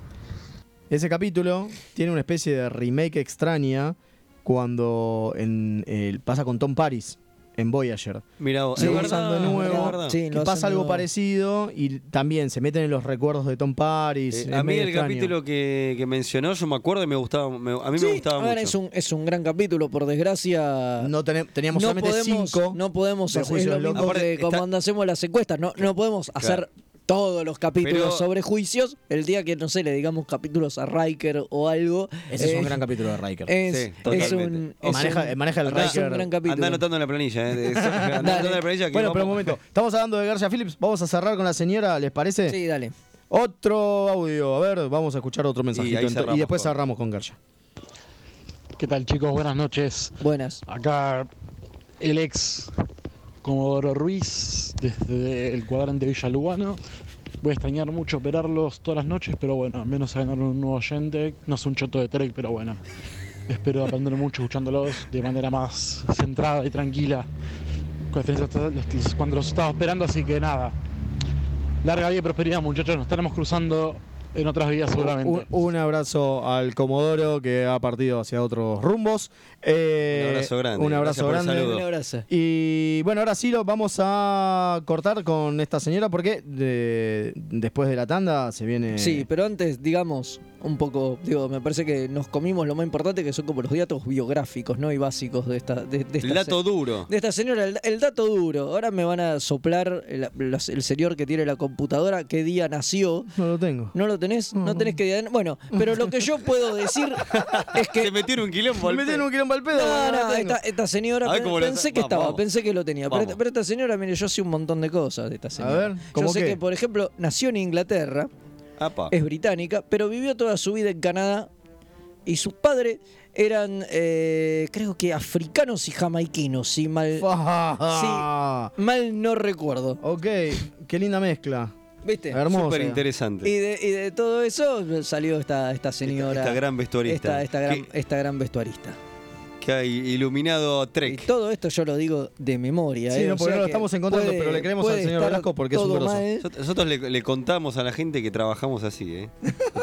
B: Ese capítulo tiene una especie de remake extraña cuando en, el- pasa con Tom Paris en Voyager.
D: Mirá, vos,
B: Sí,
D: es
B: usando
D: verdad,
B: de nuevo.
D: es verdad.
C: Sí,
B: Que
C: lo hacen
B: pasa algo
C: nuevo.
B: parecido y también se meten en los recuerdos de Tom Paris.
D: Eh,
B: es
D: a mí
B: medio
D: el
B: extraño.
D: capítulo que, que mencionó, yo me acuerdo y me gustaba, me- a mí
C: Sí,
D: me gustaba
C: a ver,
D: mucho.
C: Es, un, es un gran capítulo, por desgracia...
B: No tenem- teníamos
C: no
B: solamente
C: podemos,
B: cinco.
C: no podemos
B: de
C: hacer es
B: juicios
C: lo mismo
B: locos.
D: Aparte,
C: que
D: está-
C: cuando hacemos las encuestas, no, no podemos hacer todos los capítulos
D: Pero-
C: sobre juicios. El día que, no sé, le digamos capítulos a Riker o algo.
B: Ese es
C: eh,
B: un gran capítulo de Riker.
C: Es,
D: Sí,
C: es
D: totalmente.
C: un,
B: O
C: es
B: maneja-
C: un-
B: maneja el
C: es un
B: Riker.
C: gran capítulo.
D: Anda anotando en la planilla, eh. de- Anda anotando en la planilla que
B: Bueno, pero un
D: vamos-
B: momento. Estamos hablando de Garcia Phillips. Vamos a cerrar con la señora, ¿les parece?
C: Sí, dale.
B: Otro audio. A ver, vamos a escuchar otro mensajito.
D: ahí
B: ento- Y,
D: cerramos
B: después
D: con-
B: cerramos con Garcia.
G: ¿Qué tal chicos? Buenas noches.
C: Buenas.
G: Acá el ex Comodoro Ruiz desde el cuadrante Villa Lugano. Voy a extrañar mucho operarlos todas las noches, pero bueno, al menos a ganar un nuevo oyente. No soy un choto de Trek, pero bueno. Espero aprender mucho escuchándolos de manera más centrada y tranquila. Con diferencia a los- Cuando los estaba esperando, así que nada. Larga vida y prosperidad, muchachos. Nos estaremos cruzando en otras vidas seguramente.
B: Un, un abrazo al Comodoro que ha partido hacia otros rumbos. Eh,
D: Un abrazo grande.
B: Un abrazo
D: Gracias por el
B: grande.
D: saludo.
C: Un abrazo.
B: Y bueno, ahora sí lo vamos a cortar con esta señora porque de- después de la tanda se
D: Eh.
B: viene.
C: Sí, pero antes, digamos, un poco, digo, me parece que nos comimos lo más importante que son como los datos biográficos, ¿no? Y básicos de esta. De, de esta
D: [LAUGHS] El dato
C: se-
D: duro.
C: eh, de esta señora, el, el dato duro. Ahora me van a soplar el, los- el señor que tiene la computadora qué día nació.
B: No lo tengo.
C: ¿No lo tenés? ¿No
B: Mm.
C: tenés que día? Bueno, pero lo que yo puedo decir
D: [LAUGHS]
C: es que.
D: Se metió en un quilombo. al
B: Me
D: pedo.
B: tienen un quilombo al pedo.
C: No,
B: lo
C: no,
B: tengo.
C: esta, esta señora.
D: A ver
C: pe-
D: cómo lo-
C: pensé que
D: vamos,
C: estaba,
D: vamos.
C: pensé que lo tenía. Pero,
D: Vamos.
C: pero esta señora, mire, yo sé un montón de cosas de esta señora.
B: ver, ¿cómo
C: yo sé
B: qué?
C: que, por ejemplo, nació en Inglaterra,
D: Apa.
C: es británica, pero vivió toda su vida en Canadá y sus padres eran, eh, creo que africanos y jamaiquinos, si mal,
B: Fa-
C: mal no recuerdo.
B: [LAUGHS] Ok, qué linda mezcla.
C: ¿Viste?
B: Hermosa.
D: Súper
C: Y
D: interesante.
C: de, y de todo eso salió esta, esta señora.
D: Esta gran vestuarista.
C: Esta, esta gran,
D: Que-
C: esta gran vestuarista.
D: Que, que ha i- iluminado a
C: Y
D: Trek.
C: todo esto yo lo digo de memoria.
B: Sí,
C: ¿eh?
B: no,
C: O
B: porque
C: sea
B: no lo
C: que
B: estamos encontrando, pero le creemos
C: puede
B: al señor
C: estar
B: Velasco porque es un
C: todo
B: grosso.
C: mal.
D: Nosot- Nosotros le, le contamos a la gente que trabajamos así, ¿eh?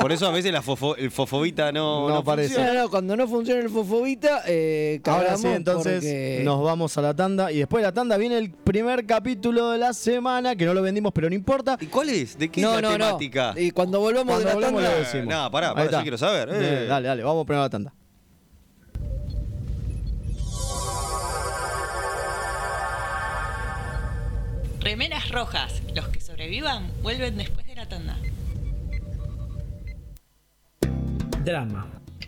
D: Por eso a veces la fofo- el fofobita no,
B: No
D: no,
B: aparece.
D: funciona.
C: No, no, cuando no funciona el fofobita, eh,
B: Ahora
C: cagamos
B: sí, entonces
C: porque-
B: nos vamos a la tanda. Y después de la tanda viene el primer capítulo de la semana, que no lo vendimos, pero no importa.
D: ¿Y cuál es? ¿De qué
C: no,
D: es la
C: no, no.
D: temática?
C: Y cuando volvamos
B: Cuando
C: de la
B: hablemos
C: tanda,
B: lo decimos.
D: No, pará,
B: Ahí
D: pará,
B: está.
D: yo quiero saber, eh.
B: Eh, Dale, dale, vamos primero a la tanda.
E: Remeras rojas. Los que sobrevivan vuelven después de la tanda.
H: Drama.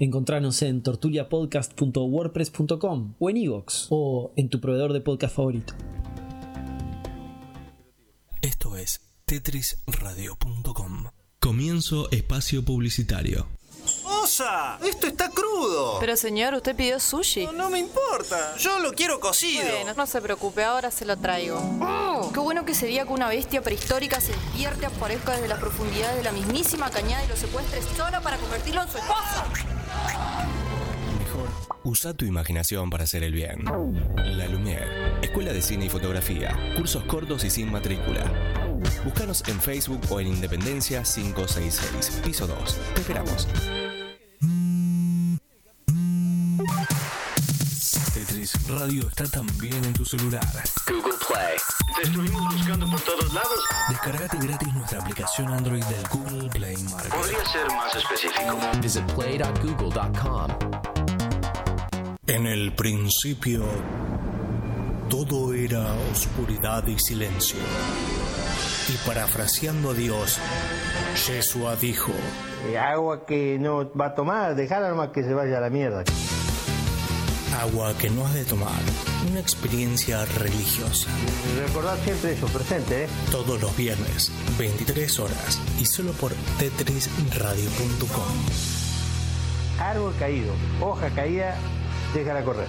H: Encontranos en tortuliapodcast.wordpress.com o en iVoox o en tu proveedor de podcast favorito.
I: Esto es tetrisradio.com. Comienzo espacio publicitario.
J: ¡Osa! ¡Esto está crudo!
K: Pero señor, usted pidió sushi.
J: No, no me importa. Yo lo quiero cocido.
K: Bueno, no se preocupe, ahora se lo traigo. ¡Oh! Qué bueno que sería que una bestia prehistórica se despierte, aparezca desde las profundidades de la mismísima cañada y lo secuestre solo para convertirlo en su esposo.
I: Usa tu imaginación para hacer el bien. La Lumière, Escuela de Cine y Fotografía, cursos cortos y sin matrícula. Búscanos en Facebook o en Independencia 566, piso 2. Te esperamos. Tetris Radio está también en tu celular.
J: Google Play. Te estuvimos buscando por todos lados.
I: Descargate gratis nuestra aplicación Android del Google Play Market.
J: ser más específico.
I: Visit play.google.com. En el principio, todo era oscuridad y silencio. Y parafraseando a Dios, Yeshua dijo,
L: "Eh, agua que no va a tomar, dejala nomás que se vaya a la mierda.
I: agua que no has de tomar, una experiencia religiosa.
L: Recordad siempre eso, presente, ¿eh?
I: Todos los viernes, 23 horas, y solo por tetrisradio.com.
L: Árbol caído, hoja caída, déjala correr.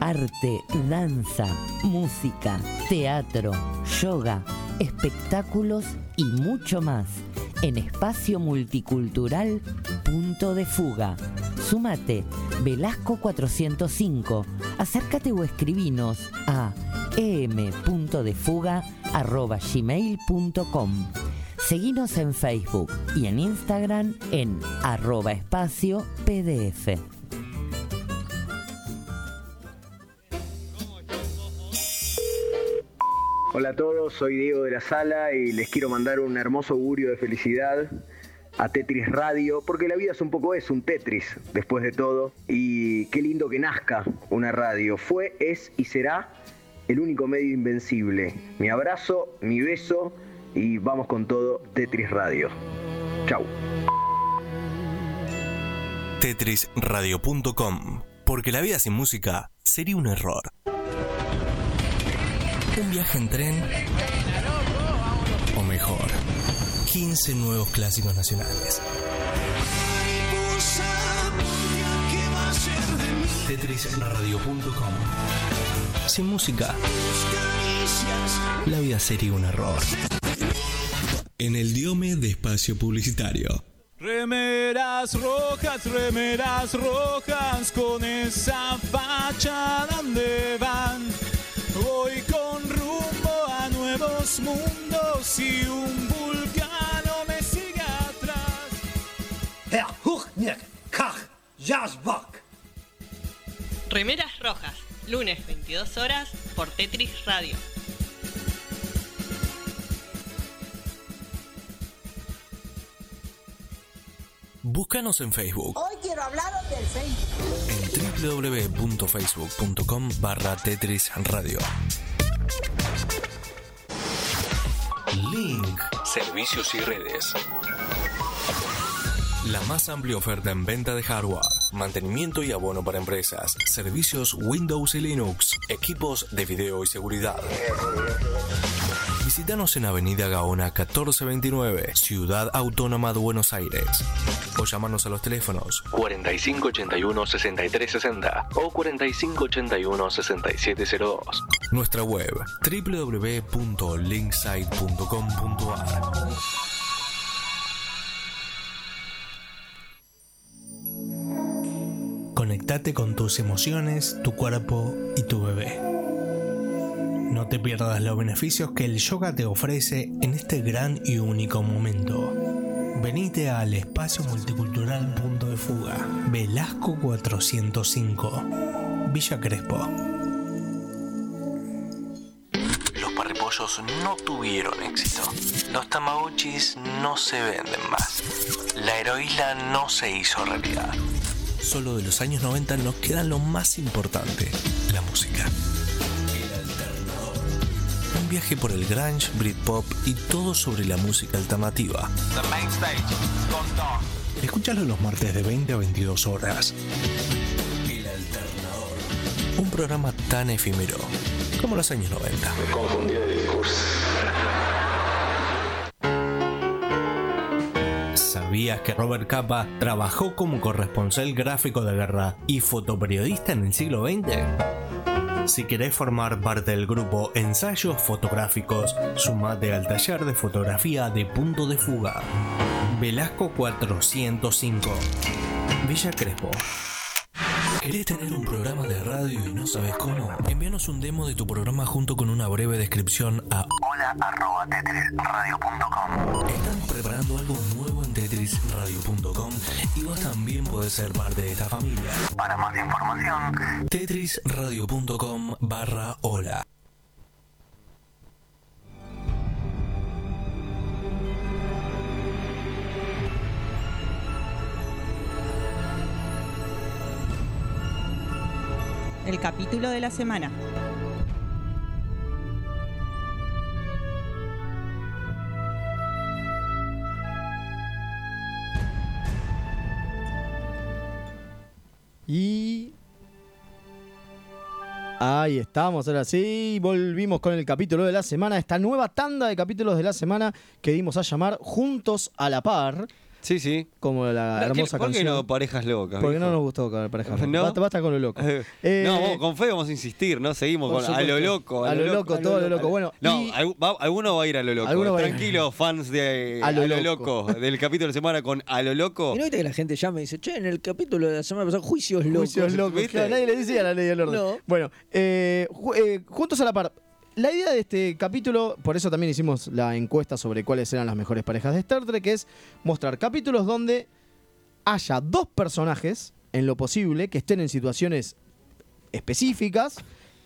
M: Arte, danza, música, teatro, yoga, espectáculos y mucho más en espacio multicultural Punto de Fuga. Sumate, Velasco 405. Acércate o escribinos a em em.defuga.gmail.com. Seguinos en Facebook y en Instagram en arroba espacio PDF.
N: Hola a todos, soy Diego de la Sala y les quiero mandar un hermoso augurio de felicidad a Tetris Radio, porque la vida es un poco eso, un Tetris, después de todo. Y qué lindo que nazca una radio. Fue, es y será el único medio invencible. Mi abrazo, mi beso y vamos con todo, Tetris Radio. Chau.
I: Tetrisradio.com, porque la vida sin música sería un error. Un viaje en tren, o mejor, 15 nuevos clásicos nacionales. Tetrisradio.com Sin música, la vida sería un error. En el diome de espacio publicitario.
A: Remeras rojas, remeras rojas, con esa facha donde van. Voy con rumbo a nuevos mundos y un vulcano me sigue atrás.
O: Herr Huchnick, Kach, Jasbach.
E: Remeras rojas. Lunes 22 horas por Tetris Radio.
I: Búscanos en Facebook.
P: Hoy quiero hablaros del Facebook.
I: www.facebook.com barra Tetris Radio. Link. Servicios y redes. La más amplia oferta en venta de hardware, mantenimiento y abono para empresas, servicios Windows y Linux, equipos de video y seguridad. Visítanos en Avenida Gaona 1429, Ciudad Autónoma de Buenos Aires. O llamanos a los teléfonos
J: 4581-6360 o 4581-6702.
I: Nuestra web www.linksite.com.ar
Q: Conectate con tus emociones, tu cuerpo y tu bebé. No te pierdas los beneficios que el yoga te ofrece en este gran y único momento. Venite al espacio multicultural Punto de Fuga, Velasco 405, Villa Crespo.
I: Los parripollos no tuvieron éxito. Los tamagotchis no se venden más. La heroína no se hizo realidad.
Q: Solo de los años 90 nos queda lo más importante, la música. Un viaje por el grunge, Britpop y todo sobre la música alternativa.
J: The main stage is gone dark.
Q: Escúchalo los martes de 20 a 22 horas. Un programa tan efímero como los años 90.
J: Confundí de discurso.
Q: ¿Sabías que Robert Capa trabajó como corresponsal gráfico de guerra y fotoperiodista en el siglo XX? Si querés formar parte del grupo Ensayos Fotográficos, sumate al taller de fotografía de punto de fuga. Velasco 405. Villa Crespo.
I: ¿Querés tener un programa de radio y no sabes cómo? Envíanos un demo de tu programa junto con una breve descripción a hola.tetrisradio.com. Estamos preparando algo nuevo en tetrisradio.com y vos también podés ser parte de esta familia. Para más información, tetrisradio.com barra hola.
R: El capítulo de la semana.
B: Y. Ahí estamos, ahora sí. Volvimos con el capítulo de la semana. Esta nueva tanda de capítulos de la semana que dimos a llamar Juntos a la Par.
D: Sí, sí.
B: Como la
D: No, que-
B: Ah, hermosa
D: ¿Por qué
B: canción.
D: no parejas locas?
B: Porque
D: viejo?
B: no nos gustó, cabrón, pareja.
D: ¿No?
B: Basta, basta con lo loco. Eh,
D: no, vos, con fe vamos a insistir, ¿no? Seguimos
B: por
D: con, a lo
B: supuesto.
D: loco.
B: A lo loco, todo a lo loco. Bueno,
D: no, algu- va- alguno va a ir a lo
B: Alguno
D: loco.
B: va a ir.
D: Tranquilo, fans de
B: A
D: A
B: lo
D: lo, loco. del capítulo de semana con A lo loco.
C: Y no viste que la gente llama y dice, che, en el capítulo de la semana pasada, juicios locos.
B: Juicios locos. claro, nadie le decía la ley del orden.
C: No.
B: Bueno, eh, ju- eh, juntos a la par. La idea de este capítulo, por eso también hicimos la encuesta sobre cuáles eran las mejores parejas de Star Trek, es mostrar capítulos donde haya dos personajes, en lo posible, que estén en situaciones específicas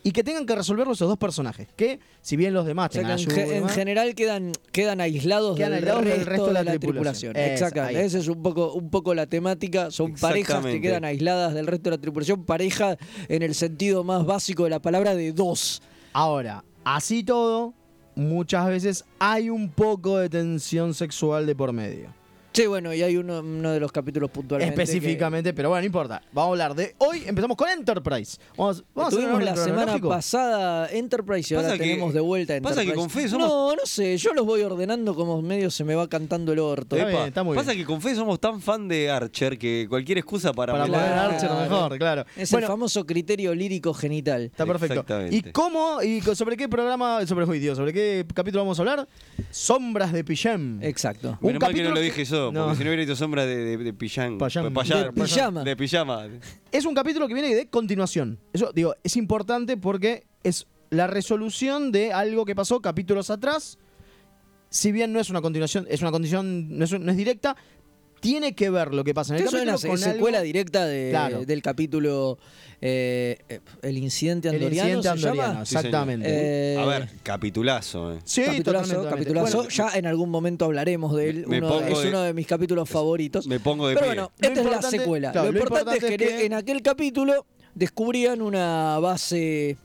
B: y que tengan que resolverlo esos dos personajes. Que, si bien los demás
C: O sea,
B: tengan
C: que en, ge-
B: ayuda y
C: en
B: demás,
C: general quedan, quedan aislados,
B: Quedan
C: del,
B: aislados
C: resto
B: del resto
C: de la tripulación.
B: Esa,
C: Exacto.
B: ahí.
C: Esa es un poco, un poco la temática. Son parejas que
B: Exactamente.
C: quedan aisladas del resto de la tripulación. Pareja en el sentido más básico de la palabra de dos.
B: Ahora, así todo, muchas veces hay un poco de tensión sexual de por medio.
C: Che, bueno, y hay uno, uno de los capítulos puntualmente. que-
B: Específicamente, pero bueno, no importa. Vamos a hablar de hoy. Empezamos con Enterprise. Vamos, vamos a hacer un
C: Tuvimos
B: orden
C: la semana
B: cronológico.
C: pasada Enterprise y ahora
B: Pasa que-
C: tenemos de vuelta Enterprise.
D: pasa que con fe somos-
C: No, no sé, yo los voy ordenando como medio se me va cantando el orto.
D: Epa, Pasa que con fe somos tan fan de Archer que cualquier excusa para,
B: Para
D: meter-
B: poner Archer mejor, claro.
C: Es
B: Bueno.
C: el famoso criterio lírico genital.
B: Está perfecto. ¿Y cómo? ¿Y co- sobre qué programa? Sobre uy, Dios, ¿sobre qué capítulo vamos a hablar? Sombras de Pijam.
C: Exacto.
D: Menos mal que no lo dije yo, porque
B: No.
D: si no hubiera hecho sombra de, de, de pijam-
B: Payam.
D: pa-
B: De
D: payam-
B: pijama.
D: De pijama.
B: Es un capítulo que viene de continuación. Eso, digo, es importante porque es la resolución de algo que pasó capítulos atrás. Si bien no es una continuación, es una condición, no es, no es directa, tiene que ver lo que pasa en el
C: Esto es
B: capítulo
C: una
B: con
C: se- secuela
B: algo-
C: directa de-
B: Claro.
C: del capítulo eh, eh, El incidente
B: El
C: andoriano.
B: incidente
C: ¿se llama?
B: andoriano,
D: Sí, señor.
C: Eh,
D: A ver, capitulazo. Eh.
C: capitulazo, capitulazo. ya en algún momento hablaremos de él.
D: Me
C: uno-
D: pongo
C: es
D: de-
C: uno de mis capítulos favoritos.
D: Me pongo de
C: Pero
D: pie.
C: bueno,
D: Lo
C: esta es la
D: importante-
C: secuela.
D: claro,
C: lo,
D: lo
C: importante es
D: importante
C: que,
D: es que-
C: en aquel capítulo descubrían una base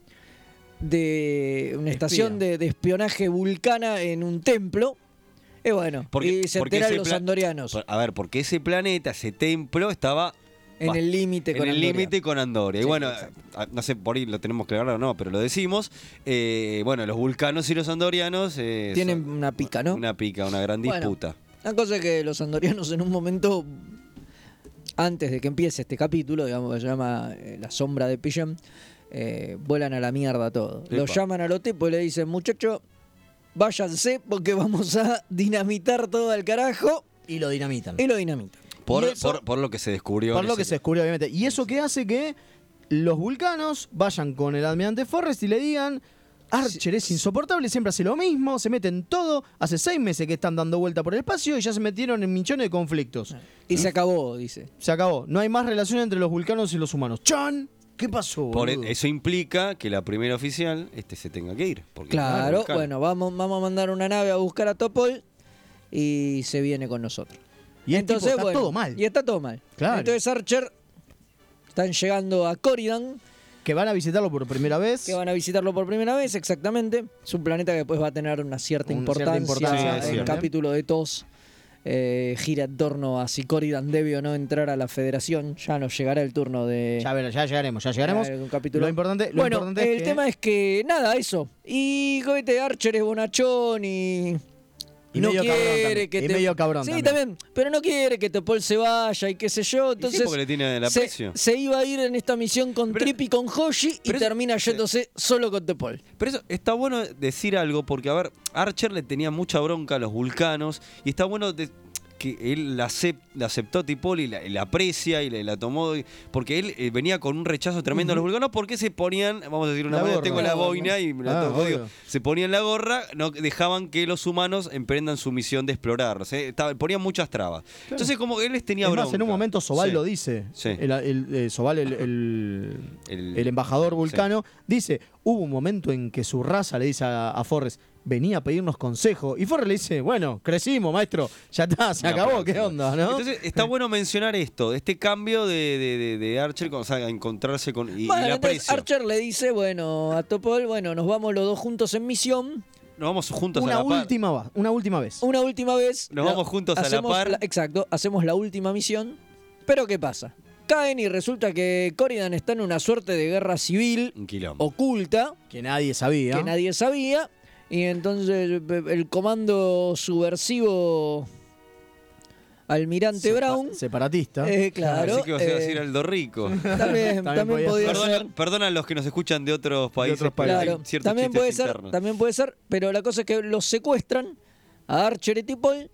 C: de una estación de, de espionaje vulcana en un templo. Y bueno, y se enteran
D: ese
C: los
D: pla-
C: andorianos.
D: por- A ver, porque ese planeta, ese templo, estaba.
C: En el límite con
D: En el
C: Andoria.
D: límite con Andoria. y bueno, a- no sé por ahí lo tenemos que aclarar o no, pero lo decimos. Eh, bueno, los vulcanos y los andorianos. eh,
C: Tienen
D: son
C: una pica, ¿no?
D: una pica, una gran
C: Bueno.
D: disputa.
C: La cosa es que los andorianos en un momento, antes de que empiece este capítulo, digamos que se llama eh, La sombra de Pigeon, eh, vuelan a la mierda todo. Lo
D: Epa.
C: llaman al tipo y le dicen, muchacho, váyanse porque vamos a dinamitar todo al carajo.
B: Y lo dinamitan.
C: Y lo dinamitan.
D: Por,
C: Y eso-
D: por- por lo que se descubrió.
B: Eh, Por
D: en
B: lo
D: ese-
B: que se descubrió, obviamente. Y eso que hace que los vulcanos vayan con el almirante Forrest y le digan. Archer es insoportable, siempre hace lo mismo, se mete en todo. Hace seis meses que están dando vuelta por el espacio y ya se metieron en millones de conflictos.
C: Y se acabó, dice.
B: Se acabó. No hay más relación entre los vulcanos y los humanos. ¡Chan! ¿Qué pasó?
D: por-
B: boludo?
D: eso implica que la primera oficial este, se tenga que ir. Porque ah,
C: Claro,
D: vulcano.
C: bueno, vamos, vamos a mandar una nave a buscar a Topol y se viene con nosotros.
B: Y el tipo está todo mal.
C: Y está todo mal.
B: Claro.
C: Entonces Archer están llegando a Corridan,
B: Que van a visitarlo por primera vez.
C: que van a visitarlo por primera vez, exactamente. Es un planeta que después va a tener una cierta
B: Una cierta
C: importancia.
B: importancia, Sí, es
C: el
B: cierto.
C: capítulo de TOS eh, gira en torno a si Corridan debe o no entrar a la Federación. Ya nos llegará el turno de...
B: Ya, ver- ya llegaremos, ya llegaremos.
C: Claro, un capítulo.
B: Lo importante, lo
C: bueno,
B: importante es
C: el
B: que-
C: tema es que nada, eso. Y Goete Archer es bonachón y.
B: Y
C: no
B: medio cabrón
C: quiere
B: también,
C: que
B: y
C: te-
B: medio cabrón
C: Sí,
B: también.
C: también. Pero no quiere que Topol se vaya y qué sé yo.
D: Y sí,
C: Entonces.
D: porque le tiene el
C: se,
D: aprecio.
C: se iba a ir en esta misión con Trip y con Hoshi y termina yéndose solo con Topol.
D: Pero eso está bueno decir algo porque, a ver, Archer le tenía mucha bronca a los vulcanos y está bueno de- que él la, acep- la aceptó Tipol y la, y la aprecia y la, la tomó y- porque él eh, venía con un rechazo tremendo a los vulcanos porque se ponían, vamos a decir una
B: La
D: manera,
B: gorra.
D: tengo
B: La
D: la
B: gorra.
D: boina y me la
B: Ah,
D: toco, digo,
B: obvio.
D: se ponían la gorra, no dejaban que los humanos emprendan su misión de explorar, se- estaba- ponían muchas trabas. Entonces como él les tenía
B: Es
D: bronca.
B: más, en un momento Sobal
D: Sí.
B: lo dice.
D: Sí.
B: El, el- eh, Sobal, el, el-
D: El-
B: el embajador vulcano, dice: Hubo un momento en que su raza le dice a, a Forrest, venía a pedirnos consejo. Y Forrest le dice: Bueno, crecimos, maestro, ya está, se
D: Una
B: acabó,
D: próxima.
B: ¿qué onda? ¿no?
D: Entonces está bueno mencionar esto, este cambio de, de- de- de Archer con, o sea, encontrarse con y, y
C: Bueno,
D: el
C: entonces
D: aprecio.
C: Archer le dice, bueno, a Topol, bueno, nos vamos los dos juntos en misión.
D: Nos vamos juntos a
B: una,
D: la par.
B: última, va- una última vez.
C: Una última vez.
D: Nos vamos juntos a la
C: hacemos
D: par.
C: exacto, hacemos la última misión. Pero ¿qué pasa? Caen y resulta que Corridan está en una suerte de guerra civil
D: Un quilombo.
C: Oh, oculta
B: Que nadie sabía.
C: que nadie sabía. Y entonces eh, el comando subversivo Almirante Brown.
B: Separatista.
C: Eh, claro.
D: Así que vas a
C: eh,
D: decir
C: [LAUGHS]
D: Aldo Rico. [LAUGHS]
C: También, también podía
D: Perdona-
C: ser.
D: Perdona a los que nos escuchan de otros países. pero hay
C: Claro,
D: ciertos
C: también
D: chistes
C: puede ser,
D: internos.
C: también puede ser, pero la cosa es que los secuestran a Archer y Tipol,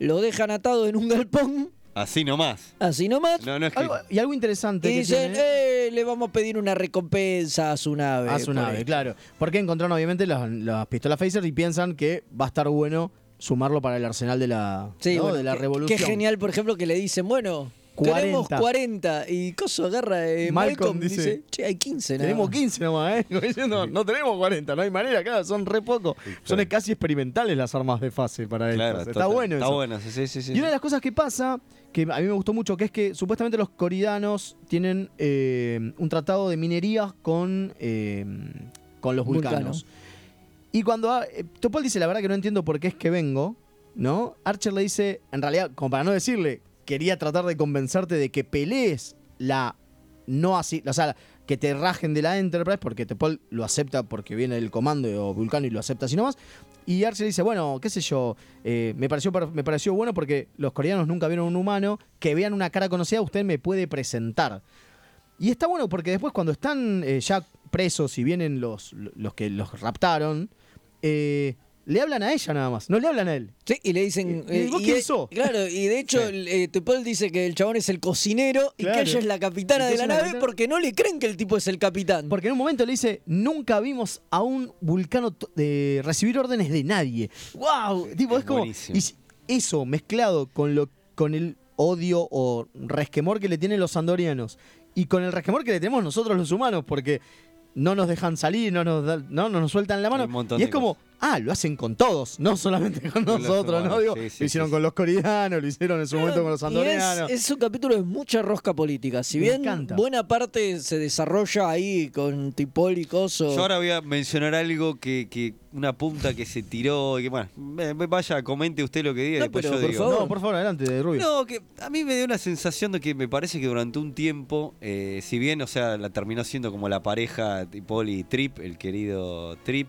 C: lo dejan atado en un galpón,
D: Así nomás.
C: así nomás,
D: No, no es que.
B: Algo- y algo interesante.
C: y
B: que
C: dicen,
B: tiene-
C: "Eh, le vamos a pedir una recompensa a su nave.
B: a su
C: por
B: nave,
C: esto".
B: claro. Porque encontraron obviamente las, las pistolas Phaser y piensan que va a estar bueno sumarlo para el arsenal de la,
C: Sí,
B: ¿no?
C: bueno,
B: de la
C: qué-
B: revolución.
C: Qué genial, por ejemplo, que le dicen, bueno, queremos
B: 40.
C: 40 y Coso agarra eh,
B: Malcolm
C: Malcolm,
B: dice,
C: dice, che, hay 15 nada
B: Tenemos
C: más".
B: 15 nomás, ¿eh? [LAUGHS] Como diciendo, no tenemos 40, no hay manera, claro, son re poco. Son casi experimentales las armas de fase para esto.
D: Claro,
B: está
D: total-
B: bueno
D: Está
B: eso.
D: bueno, sí, sí, sí, sí.
B: Y una de las cosas que pasa, que a mí me gustó mucho, que es que supuestamente los coridanos tienen eh, un tratado de minería con, eh, con los vulcanos. Y cuando ah, eh, Topol dice, la verdad que no entiendo por qué es que vengo, ¿no? Archer le dice, en realidad, como para no decirle, quería tratar de convencerte de que pelees la no así, o sea, que te rajen de la Enterprise, porque Topol lo acepta porque viene del comando o Vulcano y lo acepta así nomás. Y Archer dice, bueno, qué sé yo, eh, me, pareció, per- me pareció bueno porque los coreanos nunca vieron un humano, que vean una cara conocida, usted me puede presentar. Y está bueno porque después cuando están eh, ya presos y vienen los, los que los raptaron, eh, le hablan a ella nada más, no le hablan a él.
C: Sí, y le dicen. eh,
B: ¿Y vos
C: y
B: quién
C: de-
B: sos?
C: Claro, y de hecho, el, eh, Tupol dice que el chabón es el cocinero y
B: Claro.
C: que ella es la capitana
B: Y que
C: de
B: es
C: la
B: una
C: nave
B: capitana.
C: porque no le creen que el tipo es el capitán.
B: Porque en un momento le dice, nunca vimos a un vulcano to- de recibir órdenes de nadie. ¡Wow! Tipo, es, como.
D: buenísimo.
B: y si- eso mezclado con lo con el odio o resquemor que le tienen los andorianos. Y con el resquemor que le tenemos nosotros los humanos, porque no nos dejan salir, no nos, da- no, no nos sueltan la mano.
D: Hay un montón
B: Y
D: de
B: es como, Ah, lo hacen con todos, no solamente con
C: Con los
B: nosotros, ¿no?
C: humanos,
B: Digo,
C: sí, sí,
B: lo hicieron con los coreanos, lo hicieron en su momento con los
C: Y es-
B: andorianos.
C: es, un capítulo de mucha rosca política. Si
B: Me
C: bien
B: encanta.
C: buena parte se desarrolla ahí con Tipol y Coso.
D: Yo ahora voy a mencionar algo que, que una punta que se tiró y que bueno, ve- ve- vaya, comente usted lo que diga y después yo digo.
B: No, por favor, adelante, Rubio.
D: No, que a mí me dio una sensación de que me parece que durante un tiempo, eh, si bien, o sea, la terminó siendo como la pareja Tipol y Trip, el querido Trip,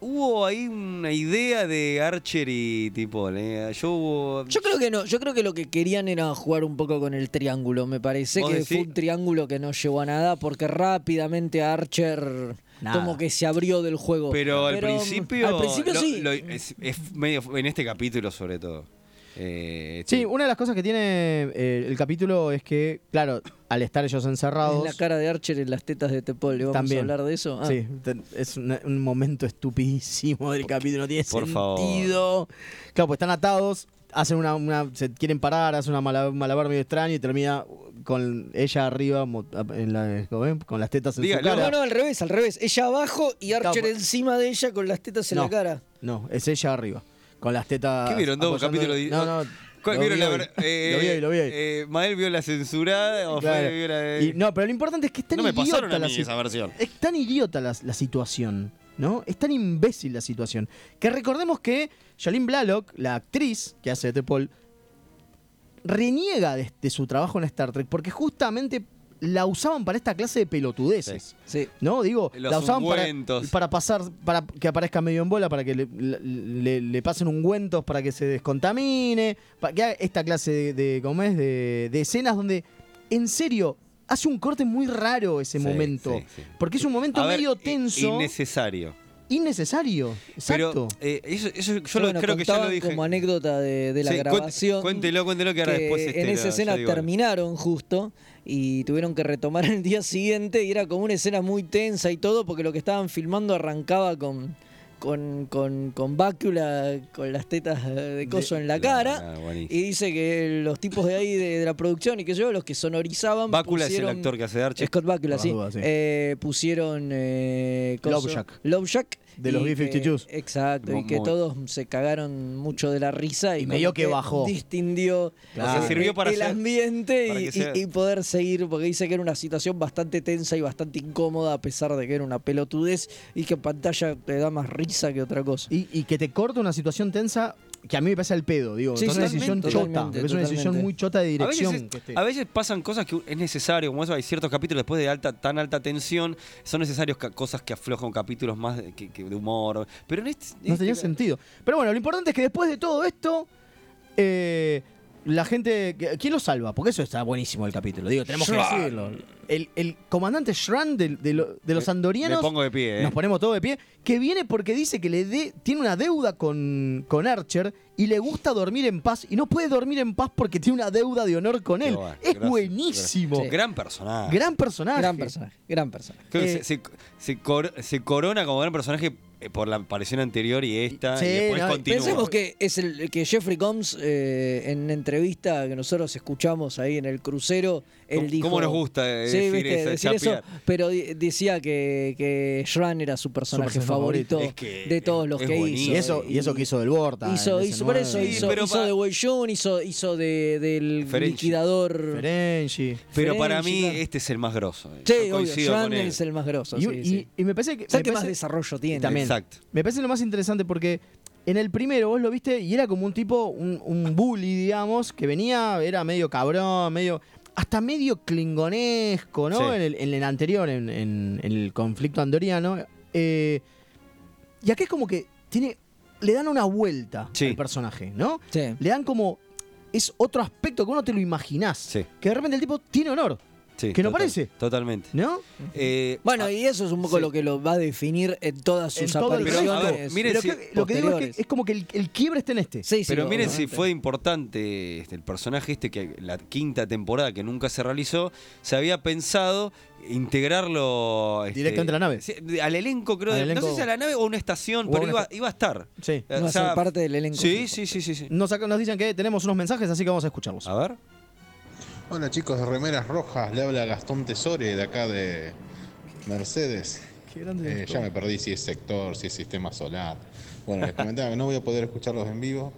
D: hubo ahí una idea de Archer y Tipol. eh. Yo hubo-
C: Yo creo que no, yo creo que lo que querían era jugar un poco con el triángulo. Me parece
D: ¿Vos
C: que
D: decís?
C: fue un triángulo que no llegó a nada porque rápidamente Archer
D: Nada.
C: como que se abrió del juego.
D: Pero, al
C: mm,
D: principio,
C: Al principio
D: lo-
C: sí.
D: lo- es, es medio en este capítulo sobre todo. Eh,
B: Sí, una de las cosas que tiene eh, el capítulo es que, claro, al estar ellos encerrados.
C: Es la cara de Archer en las tetas de Tepol. ¿le ¿Vamos
B: también.
C: a hablar de eso? Ah.
B: Sí, te- es una- un momento estupidísimo del capítulo, no tiene
D: por favor.
B: sentido. Claro, pues están atados, hacen una, una- se quieren parar, hacen una mala- malabar medio extraño y termina con ella arriba mo- en la- ¿cómo ven? con las tetas en su
C: No,
B: cara.
C: no, al revés, al revés. Ella abajo y Archer
B: Claro,
C: encima de ella con las tetas en
B: No.
C: la cara.
B: No, es ella arriba, con las tetas
D: ¿Qué vieron? ¿Dos
B: apoyando-
D: capítulos? di-
B: No, no.
D: ¿Cuál
B: lo
D: vieron
B: vi
D: la
B: hoy,
D: ver-
B: lo vi
D: eh,
B: hoy, lo vi hoy.
D: eh, ¿Mael vio la censurada o
B: Claro.
D: Mael vio la-
B: Y- no, pero lo importante es que es tan
D: No me
B: idiota
D: pasaron a
B: la
D: mí
B: si-
D: esa versión.
B: Es tan idiota la, la situación, ¿no? Es tan imbécil la situación. Que recordemos que Jolene Blalock, la actriz que hace de Paul, reniega de, de su trabajo en Star Trek porque justamente la usaban para esta clase de pelotudeces.
C: Sí.
B: ¿No? Digo,
D: Los
B: la usaban para,
D: ungüentos.
B: para pasar, para que aparezca medio en bola, para que le, le- le- le pasen ungüentos para que se descontamine, para que haga esta clase de, de- ¿cómo es? de, de escenas donde, en serio, hace un corte muy raro ese
D: Sí,
B: momento.
D: sí, sí.
B: Porque es un momento
D: A ver,
B: medio
D: i-
B: tenso,
D: Innecesario.
B: innecesario. Exacto.
D: Pero eh, eso, eso yo
C: Pero
D: lo-
C: bueno,
D: creo que ya lo
C: contaban
D: dije.
C: como anécdota de, de la
D: Sí, cuente-
C: grabación.
D: cuéntelo, cuéntelo que ahora después este
C: En
D: lo-
C: esa
D: yo
C: escena
D: digo algo.
C: terminaron justo y tuvieron que retomar el día siguiente y era como una escena muy tensa y todo porque lo que estaban filmando arrancaba con con, con, con Bácula, con las tetas eh, de coso en la cara.
D: Ah,
C: y
D: buenísimo.
C: dice que los tipos de ahí de, de la producción y que yo, los que sonorizaban.
D: Bácula es el
C: pusieron-
D: actor que hace de Archer.
C: Scott Bakula,
D: Por
C: sí.
D: las dudas, sí.
C: Eh, pusieron. Eh,
D: Lovejack.
C: Lovejack
B: De
C: y
B: los
C: que-
B: B-52s.
C: Exacto, y
D: Muy-
C: que
D: muy-
C: todos se cagaron mucho de la risa. Y,
B: Y
C: como
B: medio que bajó.
C: Distinguió eh,
B: Claro.
D: O sea, sirvió para
C: el
D: hacer-
C: ambiente
D: para
C: y,
D: que sea-
C: y- y poder seguir, porque dice que era una situación bastante tensa y bastante incómoda, a pesar de que era una pelotudez y que en pantalla te da más risa que otra cosa.
B: Y, y que te corta una situación tensa que a mí me parece el pedo, digo.
C: Sí,
B: es una
C: sí,
B: decisión
C: totalmente,
B: chota, me parece una
C: totalmente.
B: decisión muy chota de
D: A veces,
B: dirección.
D: es-
B: que esté.
D: a veces pasan cosas que es necesario, como eso, hay ciertos capítulos después de alta, tan alta tensión, son necesarios ca- cosas que aflojan capítulos más de, que- que de humor. Pero en este,
B: No tenía sentido. Pero bueno, lo importante es que después de todo esto, eh, la gente. ¿Quién lo salva? Porque eso está buenísimo el capítulo. Digo, tenemos que
D: Shran.
B: decirlo. El, el comandante Shran de, de lo- de los
D: Me-
B: andorianos.
D: me pongo de pie, eh.
B: Nos ponemos todos de pie. Que viene porque dice que le dé- tiene una deuda con, con Archer y le gusta dormir en paz. Y no puede dormir en paz porque tiene una deuda de honor con él.
D: Pero bueno,
B: es
D: gracias,
B: buenísimo.
D: gracias. Gran personaje.
B: Gran personaje.
C: Gran personaje, gran personaje.
D: Creo que
B: Eh,
D: se, se- se cor- se corona como gran personaje eh, por la aparición anterior y esta,
C: Sí,
D: y después
C: no,
D: continúa.
C: Pensemos que es el que Jeffrey Combs eh, en entrevista que nosotros escuchamos ahí en el crucero, él
D: ¿Cómo-
C: dijo.
D: cómo nos gusta, eh,
C: Sí,
D: decir
C: viste,
D: esa
C: decir eso,
D: chapear?
C: pero di- decía que, que Shran era su personaje
B: personaje
C: favorito,
B: favorito.
C: de todos los
B: Es
C: que hizo.
B: buenísimo. Y eso, y eso que hizo del Borta.
C: Hizo,
B: en ese
C: hizo, por eso
B: nueve.
C: hizo, hizo de Wei Jun, hizo, hizo de, del
D: Ferengi.
C: liquidador.
B: Ferengi.
D: Pero para
C: Ferengi,
D: mí
C: claro.
D: este es el más grosso. eh.
C: Sí,
D: Yo
C: obvio,
D: coincido
C: Shran
D: con él.
C: es el más grosso.
B: Y,
C: sí,
B: y-
C: sí.
B: y me parece que.
C: ¿Sabes
B: me
C: qué más
B: parece-
C: desarrollo tiene?
B: También.
D: Exacto.
B: Me parece lo más interesante porque en el primero vos lo viste y era como un tipo, un, un bully, digamos, que venía, era medio cabrón, medio. Hasta medio klingonesco, ¿no?
D: Sí.
B: En, el, en el anterior, en, en- en el conflicto andoriano. Eh, y acá es como que tiene. Le dan una vuelta al personaje, ¿no?
C: Sí.
B: Le dan como. Es otro aspecto que uno te lo imaginás.
D: Sí.
B: Que de repente el tipo tiene honor.
D: Sí,
B: que no
D: total-
B: parece.
D: Totalmente.
B: ¿No?
D: Eh,
C: Bueno, y eso es un poco
D: sí.
C: lo que lo va a definir en todas
B: En
C: sus
B: todo el
C: apariciones.
B: resto.
D: Pero, a ver, miren
B: Pero
D: si-
B: que- lo que digo es
C: posteriores.
B: que es como que el, el quiebre está en este.
C: Sí, sí,
D: Pero miren si
C: obviamente.
D: fue importante este, el personaje este que la quinta temporada que nunca se realizó, se había pensado integrarlo este,
B: Directamente a la nave.
D: sí, de- al elenco creo,
B: Al
D: de-
B: elenco.
D: no sé si a la nave o a una estación,
B: O a
D: pero
B: una
D: iba,
B: esta-
D: iba a estar.
B: Sí.
D: Eh,
C: Iba a
D: o sea,
C: ser parte del elenco
D: Sí,
C: fijo.
D: sí, sí, sí, sí.
B: Nos, saca- nos dicen que tenemos unos mensajes, así que vamos a escucharlos.
D: A ver.
S: Hola chicos de Remeras Rojas, le habla Gastón Tesore de acá de Mercedes.
B: Qué grande.
S: Eh, ya me perdí si es sector, si es sistema solar. Bueno, les comentaba que no voy a poder escucharlos en vivo,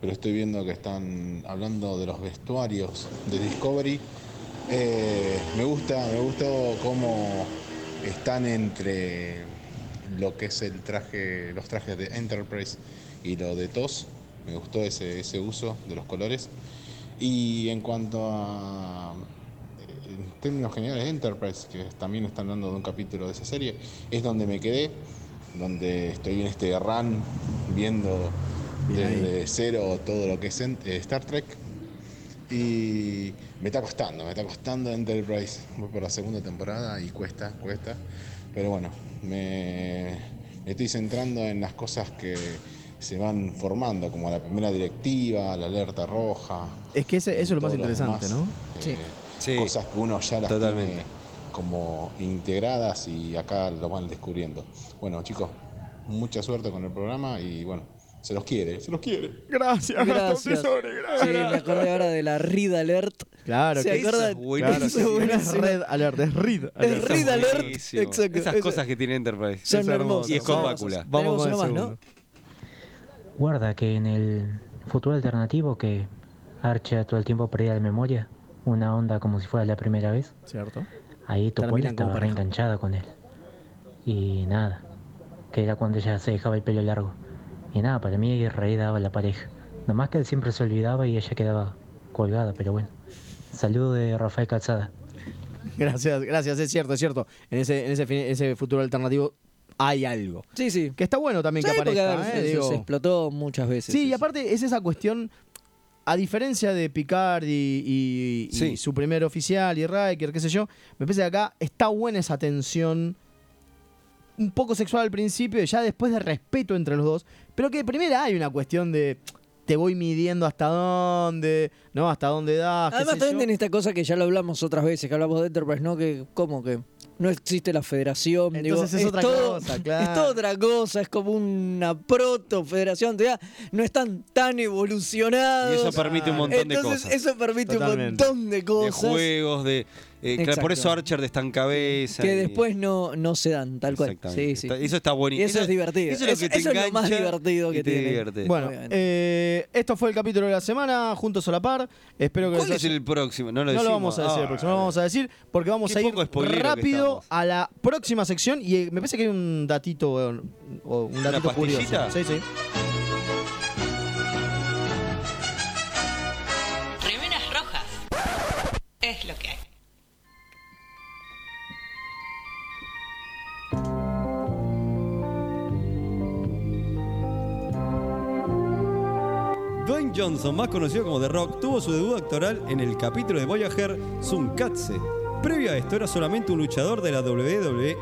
S: pero estoy viendo que están hablando de los vestuarios de Discovery. Eh, me gusta, me gustó cómo están entre lo que es el traje, los trajes de Enterprise y lo de TOS. Me gustó ese, ese uso de los colores. Y en cuanto a en términos generales Enterprise, que también están hablando de un capítulo de esa serie, es donde me quedé, donde estoy en este run viendo
B: Bien ahí.
S: desde cero todo lo que es en- eh, Star Trek. Y me está costando, me está costando Enterprise. Voy por la segunda temporada y cuesta, cuesta. Pero bueno, me, me estoy centrando en las cosas que se van formando, como la primera directiva, la alerta roja.
B: Es que ese- eso es lo más
S: Todos los
B: interesante,
S: demás,
B: ¿no?
S: eh, Cosas que uno ya las tiene como integradas y acá lo van descubriendo. Bueno, chicos, mucha suerte con el programa y bueno, se los quiere, se los quiere.
B: Gracias, [LAUGHS]
S: Gastón Tesori, gracias.
C: Sí, me acordé ahora de la Read Alert.
B: Claro,
C: ¿Se
B: que esa
C: acuerdan?
B: es buenísima.
C: Eso es buenísimo.
B: Red alert, es Red alert.
C: Es Read Alert.
D: Buenísimo.
C: Exacto.
D: Esas
C: Esa-
D: cosas que tiene Enterprise.
C: Son
D: Esas
C: hermosas.
D: Y es con
C: Vamos,
D: Bácula.
C: Vamos con Tenemos el uno más,
T: Guarda que en el futuro alternativo que Archa todo el tiempo perdía de memoria, una onda como si fuera la primera vez,
B: ¿Cierto?
T: ahí Topuela
B: Terminan como
T: estaba
B: pareja.
T: reenganchada con él. Y nada, que era cuando ella se dejaba el pelo largo. Y nada, para mí ahí re daba la pareja. Nomás que él siempre se olvidaba y ella quedaba colgada, pero bueno. Saludo de Rafael Calzada.
B: [LAUGHS] Gracias, gracias, es cierto, es cierto. En ese, en ese, fin- ese futuro alternativo hay algo.
C: Sí, sí.
B: Que está bueno también
C: Sí,
B: que
C: porque,
B: aparezca,
C: a ver,
B: ¿eh?
C: se-
B: Digo-
C: se explotó muchas veces.
B: Sí, y aparte es esa cuestión, a diferencia de Picard y, y- y su primer oficial y Riker, qué sé yo, me parece que acá está buena esa tensión, un poco sexual al principio, y ya después de respeto entre los dos, pero que primero hay una cuestión de te voy midiendo hasta dónde, ¿no? Hasta dónde das. qué
C: Además
B: sé
C: también
B: yo.
C: en esta cosa que ya lo hablamos otras veces, que hablamos de Enterprise, ¿no? Que como que no existe la federación. digo,
B: Entonces es otra
C: todo-
B: cosa,
C: [LAUGHS]
B: claro.
C: Es todo otra cosa, es como una proto federación. no están tan evolucionados.
D: Y eso permite un montón de
C: Entonces,
D: cosas.
C: Eso permite
D: Totalmente.
C: un montón de
D: De
C: cosas.
D: juegos, de. eh, claro,
C: Exacto.
D: por eso Archer de estancabeza.
C: que después no, no se dan, tal cual. Sí, sí.
D: Está- eso está buenísimo.
C: Y eso,
D: Eso-
C: es divertido.
D: eso es lo que te
C: lo más
D: engancha
C: divertido
D: y
C: que
D: te
C: tiene.
D: divierte.
B: Bueno, eh, esto fue el capítulo de la semana, juntos a la par. Espero que
D: ¿Cuál
B: les
D: es el próximo? No
B: no
D: lo,
B: lo
D: decimos.
B: vamos a decir,
D: Ah.
B: el próximo, no lo vamos a decir, porque vamos
D: Qué
B: a ir
D: poco spoilero que
B: rápido
D: estamos.
B: a la próxima sección y eh, me parece que hay un datito eh, o un datito curioso.
D: pastillita?
B: Sí, sí.
E: Remeras rojas. Es lo que hay.
U: Dwayne Johnson, más conocido como The Rock, tuvo su debut actoral en el capítulo de Voyager Sunkatse. Previo a esto era solamente un luchador de la WWE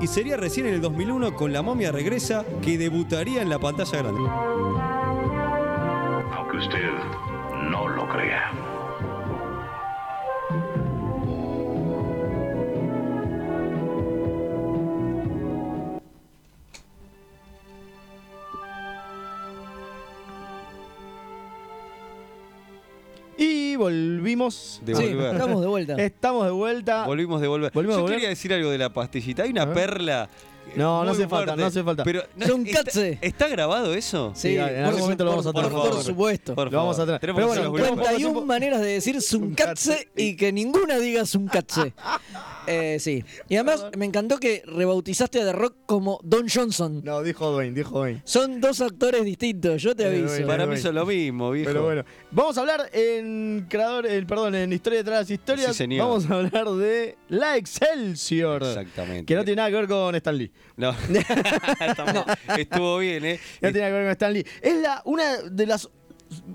U: y sería recién en el 2001 con La momia regresa que debutaría en la pantalla grande.
D: Ah.
J: Aunque usted no lo crea.
B: Y volvimos.
D: De Sí, volver. estamos
B: [LAUGHS]
D: de vuelta.
B: Estamos de vuelta.
D: Volvimos de volver.
B: Volvimos de
D: Yo
B: volver.
D: quería decir algo de la pastillita. Hay una
B: ver.
D: perla. eh,
B: No, no
D: muy
B: hace falta,
D: fuerte.
B: no hace falta.
D: Pero,
B: Son
D: ¿está- ¿Está grabado eso?
B: Sí, Sí, en algún
D: por
B: momento lo vamos a
D: por
B: traer.
D: favor.
B: Por supuesto.
D: Por
B: Lo vamos
D: favor.
B: a traer.
D: Tenemos
B: Pero
D: que hacer
B: bueno,
D: los grupos.
C: 31 maneras de decir Zuncatse y que ninguna diga
B: [LAUGHS]
C: Zuncatse. Eh, sí. Y además me encantó que rebautizaste a The Rock como Don Johnson.
B: No, dijo Dwayne, dijo Dwayne.
C: Son dos actores distintos, yo te
B: Eh,
C: aviso.
B: Dwayne,
D: Para mí
B: Dwayne.
D: son lo mismo, viejo.
B: Pero bueno, vamos a hablar en creador, en- perdón, en historia detrás de las historias.
D: Sí, señor.
B: Vamos a hablar de la Excelsior.
D: Exactamente.
B: Que no tiene nada que ver con Stan Lee.
D: No. [LAUGHS] Estamos- Estuvo bien, ¿eh?
B: No tiene nada que ver con Stan Lee. Es la, una de las.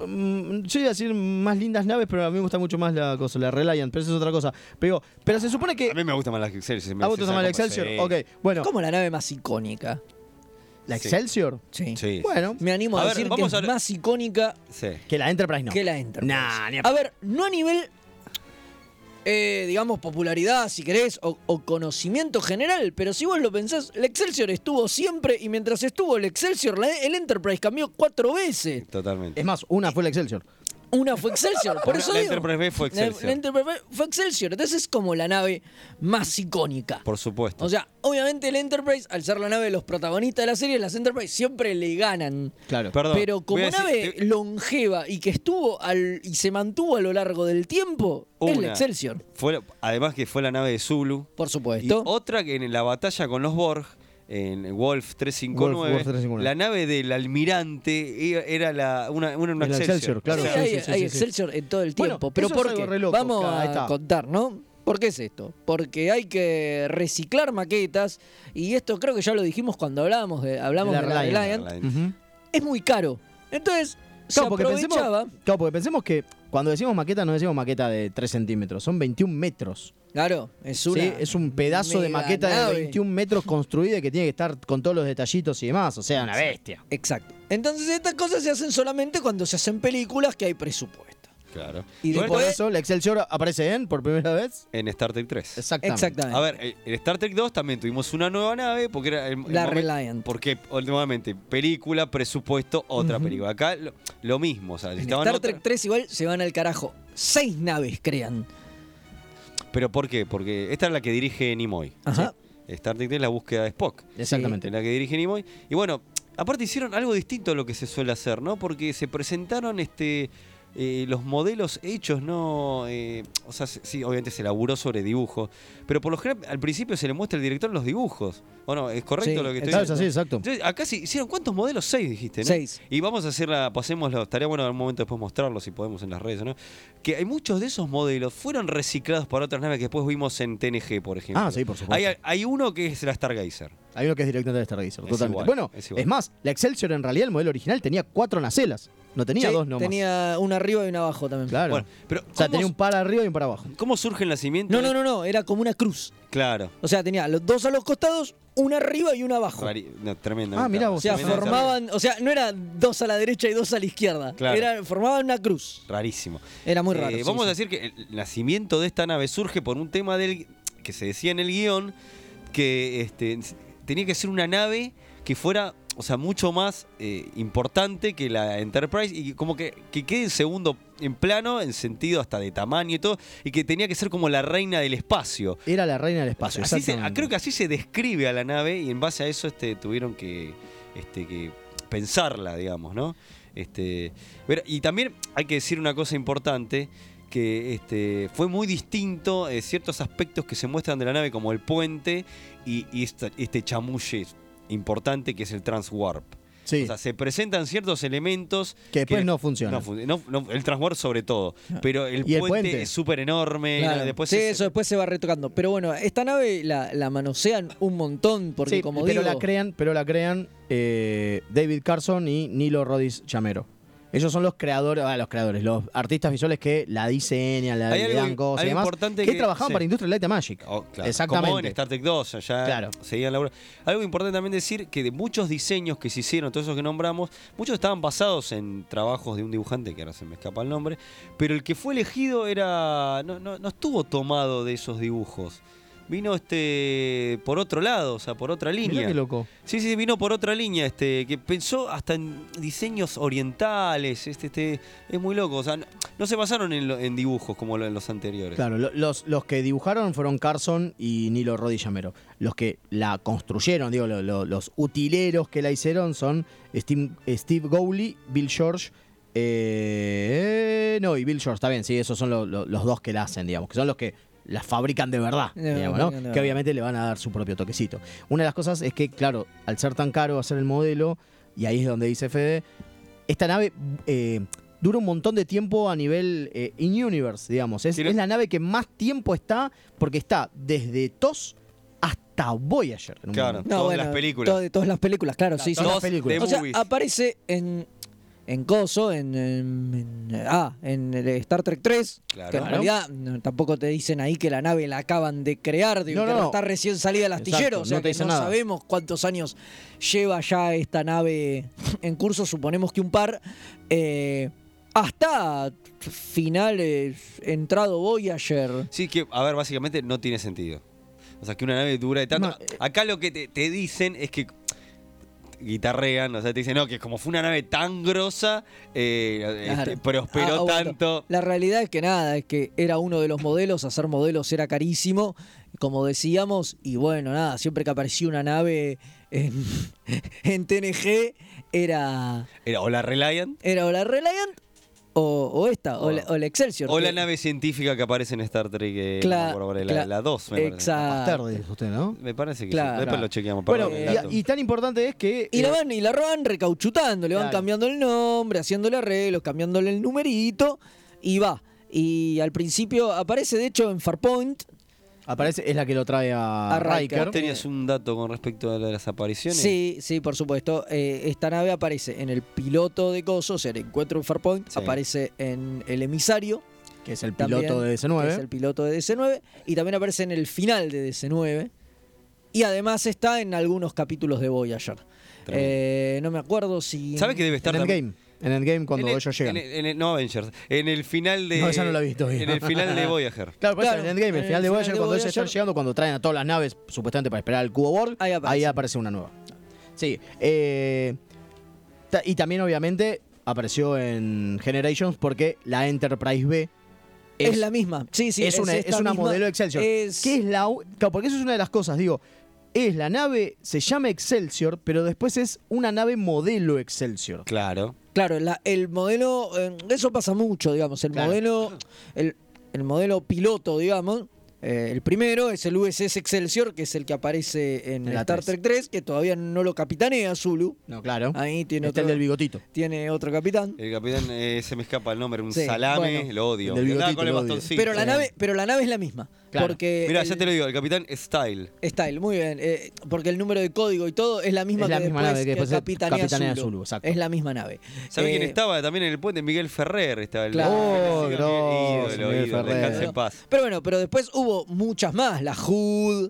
B: mm, Yo iba a decir más lindas naves, pero a mí me gusta mucho más la cosa, la Reliant, pero eso es otra cosa. Pero, digo, pero se supone que.
D: A mí me gusta más la Excelsior. me
B: ¿A vos te
D: hace
B: gusta más la
D: esa
B: Excelsior?
D: comparación.
B: Ok, bueno.
C: Como la nave más icónica.
B: ¿La
D: Sí.
B: Excelsior?
C: Sí.
D: Sí.
B: Bueno.
C: Me animo a,
D: A ver,
C: decir que
D: vamos
C: es
D: a ver-
C: más icónica
D: Sí.
B: Que la Enterprise no.
C: que la Enterprise.
B: Nah, ni a-
C: a ver, no a nivel, eh, digamos, popularidad, si querés, o, o conocimiento general, pero si vos lo pensás, el Excelsior estuvo siempre y mientras estuvo el Excelsior, la- el Enterprise cambió cuatro veces.
D: Totalmente.
B: Es más, una fue la Excelsior.
C: Una fue Excelsior, por
D: Una-
C: eso
D: la
C: digo.
D: Enterprise B fue
C: La- la
D: Excelsior.
C: Enterprise B fue Excelsior, entonces es como la nave más icónica.
D: Por supuesto.
C: O sea, obviamente el Enterprise, al ser la nave de los protagonistas de la serie, las Enterprise siempre le ganan.
B: Claro.
D: Perdón,
C: Pero como
D: voy a decir- eh,
C: nave
D: te-
C: longeva y que estuvo al, y se mantuvo a lo largo del tiempo, es la
D: Una.
C: Excelsior.
D: Fue, además que fue la nave de Zulu.
C: Por
D: supuesto. Y otra que en la batalla con los Borg, en Wolf 359,
B: Wolf- Wolf 359.
D: la nave del almirante era- era la, una, una, una
B: Era
D: Excelsior.
B: Excelsior, claro,
C: Sí,
B: sí,
C: hay,
B: sí, sí,
C: hay
B: sí,
C: Excelsior en todo el
B: Bueno,
C: tiempo. pero
B: eso es
C: ¿por
B: algo
C: qué?
B: re loco,
C: Vamos
B: acá, ahí
C: a
B: está.
C: contar, ¿no? ¿Por qué es esto? Porque hay que reciclar maquetas y esto creo que ya lo dijimos cuando hablábamos de, hablamos de la Reliant.
B: Ujú.
C: Es muy caro. Entonces, se
B: Claro porque, pensemos,
C: aprovechaba...
B: claro, porque pensemos que cuando decimos maqueta no decimos maqueta de 3 centímetros, son 21 metros.
C: Claro, es una
B: Sí, es un pedazo de
C: mega
B: maqueta
C: nave.
B: de 21 metros construida y que tiene que estar con todos los detallitos y demás. O sea, una bestia.
C: Exacto. Entonces estas cosas se hacen solamente cuando se hacen películas que hay presupuesto.
D: Claro.
B: Y
D: Igual
B: por
D: también-
B: eso la Excelsior aparece en por primera vez.
D: En Star Trek 3.
B: Exactamente. Exactamente.
D: A ver, eh, en Star Trek 2 también tuvimos una nueva nave porque era. El, el
C: La
D: momen-
C: Reliant.
D: Porque, nuevamente, película, presupuesto, otra
C: Ujú.
D: película. Acá lo, lo mismo. O sea,
C: En
D: necesitaban
C: Star
D: otra-
C: Trek 3 igual se van al carajo. Seis naves crean.
D: ¿Pero por qué? Porque esta es la que dirige Nimoy.
C: Ajá.
D: ¿sí? Star Trek 3 la búsqueda de Spock.
B: Exactamente.
D: En la que dirige Nimoy. Y bueno, aparte hicieron algo distinto a lo que se suele hacer, ¿no? Porque se presentaron este. eh, los modelos hechos, no. eh, o sea, se- sí, obviamente se laburó sobre dibujos. Pero por lo general, al principio se le muestra al director los dibujos. ¿O no? ¿Es correcto
B: Sí,
D: lo que estoy
B: claro,
D: diciendo?
B: es así, exacto.
D: Entonces, acá se hicieron cuántos modelos? Seis, dijiste, ¿no?
B: Seis.
D: Y vamos a hacerla, pasémoslo, estaría bueno en algún momento después mostrarlos si podemos en las redes, ¿no? Que hay muchos de esos modelos fueron reciclados para otras naves que después vimos en TNG, por ejemplo.
B: Ah, sí, por supuesto.
D: Hay, hay uno que es la Stargazer.
B: Hay uno que es director de Stargazer,
D: Es
B: totalmente.
D: igual,
B: bueno,
D: es
B: es,
D: igual.
B: más, la Excelsior en realidad, el modelo original, tenía cuatro nacelas. No tenía
C: Sí,
B: dos nomás.
C: Tenía una arriba y una abajo también.
B: Claro.
D: pero
B: o sea, tenía un para arriba y un para abajo.
D: ¿Cómo surge el nacimiento?
C: No, no, no, no, era como una cruz.
D: Claro.
C: O sea, tenía los dos a los costados, una arriba y una abajo.
D: Vari- no, tremendo.
C: Ah, mirá vos. O sea,
D: Tremendo,
C: formaban, o sea, no era dos a la derecha y dos a la izquierda.
D: Claro.
C: Era, formaban una cruz.
D: tremendo. Rarísimo.
C: Era muy
D: Eh,
C: raro. sí,
D: vamos
C: sí.
D: a decir que el nacimiento de esta nave surge por un tema del que se decía en el guión que este, tenía que ser una nave que fuera, o sea, mucho más eh, importante que la Enterprise y como que, que quede en segundo en plano, en sentido hasta de tamaño y todo, y que tenía que ser como la reina del espacio.
B: Era la reina del espacio.
D: Así se-
B: exactamente.
D: creo que así se describe a la nave y en base a eso este, tuvieron que, este, que pensarla, digamos, ¿no? Este, ver- y también hay que decir una cosa importante, que este, fue muy distinto eh, ciertos aspectos que se muestran de la nave, como el puente y, y esta- este chamulle importante que es el transwarp.
B: Sí.
D: O sea, se presentan ciertos elementos
B: Que después no funcionan. Ah.
D: no fun- no- no- el transwarp sobre todo, pero el,
B: Y
D: puente,
B: el puente.
D: es súper enorme.
C: Claro.
D: y después
C: sí,
D: es-
C: eso después se va retocando. Pero bueno, esta nave la, la manosean un montón porque
B: Sí,
C: como
B: pero
C: digo...
B: la crean, pero la crean eh, David Carson y Nilo Rodis Chamero. Ellos son los creadores, ah, los creadores, los artistas visuales que la diseñan, la
D: Hay
B: le
D: algo-
B: dan cosas y
D: algo
B: demás,
D: importante
B: que,
D: que-
B: trabajaban
D: sí.
B: para Industrial Light and Magic.
D: Oh, claro.
B: Exactamente.
D: Como en Star Trek 2, allá
B: Claro.
D: seguían laburando. Algo importante también decir que de muchos diseños que se hicieron, todos esos que nombramos, muchos estaban basados en trabajos de un dibujante, que ahora se me escapa el nombre, pero el que fue elegido era no, no- no estuvo tomado de esos dibujos. Vino este por otro lado, o sea, por otra línea.
B: qué loco.
D: Sí, sí, vino por otra línea, este, que pensó hasta en diseños orientales, este, este, es muy loco. O sea, no, no se basaron en, lo- en dibujos como lo- en los anteriores.
B: Claro, lo- los, los que dibujaron fueron Carson y Nilo Rodis Chamero. Los que la construyeron, digo, lo- lo- los utileros que la hicieron son Steve, Steve Gowley, Bill George. eh, no, y Bill George, está bien, sí, esos son lo- lo- los dos que la hacen, digamos, que son los que la fabrican de verdad,
C: Eh,
B: digamos, ¿no?
C: fabrican de
B: Que
C: verdad.
B: obviamente le van a dar su propio toquecito. Una de las cosas es que, claro, al ser tan caro hacer el modelo, y ahí es donde dice Fede, esta nave eh, dura un montón de tiempo a nivel eh, in-universe, digamos. Es, es la nave que más tiempo está, porque está desde TOS hasta Voyager. en un
D: Claro,
B: momento.
C: No,
D: todas
C: bueno,
D: las películas.
C: todo- de todas las películas, claro, sí, sí.
D: todas las películas.
C: O
D: de
C: sea,
D: movies.
C: aparece en en Coso, en, en- en- ah, en el Star Trek 3,
D: Claro.
C: que en
D: Claro.
C: realidad no, tampoco te dicen ahí que la nave la acaban de crear, digo,
B: No,
C: que
B: no, no.
C: está recién salida del astillero,
B: Exacto,
C: o sea
B: no te
C: que
B: dicen
C: no
B: nada.
C: sabemos cuántos años lleva ya esta nave en curso, suponemos que un par, eh, hasta finales, entrado Voyager.
D: Sí, que, a ver, básicamente no tiene
C: eh,
D: sentido. O sea, que una nave dura de tanto. Acá lo que te, te dicen es que guitarrean, o sea, te dicen, no, que como fue una nave tan grosa, eh,
C: Claro.
D: este, prosperó
C: Ah, aguantó.
D: tanto.
C: La realidad es que nada, es que era uno de los modelos, hacer modelos era carísimo, como decíamos, y bueno, nada, siempre que aparecía una nave en, [LAUGHS] en TNG era,
D: Era o la Reliant
C: era o la Reliant o, o esta, o, la, o la Excelsior.
D: o la
C: que-
D: nave científica que aparece en Star Trek, eh,
C: Cla-
D: no me acuerdo cuál es, la-
C: cla-
D: la 2, me parece.
C: Exacto. Más tarde
B: dijo usted, ¿no?
D: Me parece que sí.
C: Claro.
D: Después lo chequeamos.
B: Bueno,
D: perdón, el
B: y,
D: dato.
B: y tan importante es que.
C: Y la
B: eh,
C: van, y la van recauchutando, le van
B: Claro.
C: cambiando el nombre, haciéndole arreglos, cambiándole el numerito, y va. Y al principio aparece, de hecho, en Farpoint.
B: aparece, es la que lo trae a,
C: A Riker.
B: Riker.
D: ¿Tenías un dato con respecto a la de las apariciones?
C: Sí, sí, por supuesto. Eh, esta nave aparece en el piloto de Coso, o sea, el encuentro en Farpoint, aparece en el emisario.
B: Que es el
C: también,
B: piloto de DC9.
C: que Es el piloto de DC9. Y también aparece en el final de DC9. Y además está en algunos capítulos de Voyager.
D: Tremendo.
C: Eh, no me acuerdo si.
D: ¿Sabes que debe estar
B: En
D: también?
B: Endgame. En Endgame, cuando
D: En el-
B: ellos llegan.
D: en el- en el- no Avengers. En el final de.
B: no, esa no la he visto. bien.
D: En el final
B: [LAUGHS]
D: de Voyager.
B: Claro, por eso,
C: Claro,
B: en Endgame,
C: en
B: el final de
C: el final
B: Voyager,
C: de
B: cuando ellos
C: Voyager-
B: están llegando, cuando traen a todas las naves, supuestamente para esperar al cubo Borg, ahí aparece, una nueva. Sí. eh, ta- y también, obviamente, apareció en Generations porque la Enterprise B
C: Es, la misma. Sí, sí,
B: es, una,
C: esta
B: es una
C: misma.
B: modelo Excelsior.
C: Es-
B: Que es la, u- claro, porque eso es una de las cosas, digo. Es la nave, se llama Excelsior, pero después es una nave modelo Excelsior.
D: Claro.
C: Claro, la- el modelo, eh, eso pasa mucho, digamos. El
B: Claro.
C: modelo, el, el modelo piloto, digamos. eh, el primero es el USS Excelsior, que es el que aparece en
B: En la
C: Star
B: tres.
C: Trek 3, que todavía no lo capitanea Zulu.
B: No, claro.
C: Ahí tiene
B: Está
C: otro,
B: el del bigotito.
C: tiene otro capitán.
D: El capitán eh, se me escapa el nombre, un
C: Sí,
D: salame,
C: bueno.
D: lo odio.
B: Del
D: Que andaba
B: bigotito,
D: con el
B: lo odio.
D: bastoncito.
C: pero, la nave, pero la nave es la misma.
B: Claro.
C: Porque
D: Mira,
C: el-
D: ya te lo digo, el capitán Style.
C: Style, muy bien. eh, porque el número de código y todo es la misma,
B: Es la
C: que,
B: misma
C: después
B: nave que
C: que
B: después
C: capitanea,
B: capitanea
C: Zulu.
B: Zulu, exacto.
C: Es la misma nave.
D: ¿Sabes quién
C: Eh,
D: estaba también en el puente? Miguel Ferrer estaba el
C: Claro.
B: Oh,
D: el
B: grosso,
D: ídolo,
B: Miguel
D: ídolo,
B: Ferrer.
D: descansa en paz.
C: Pero bueno, pero después hubo muchas más. La HUD.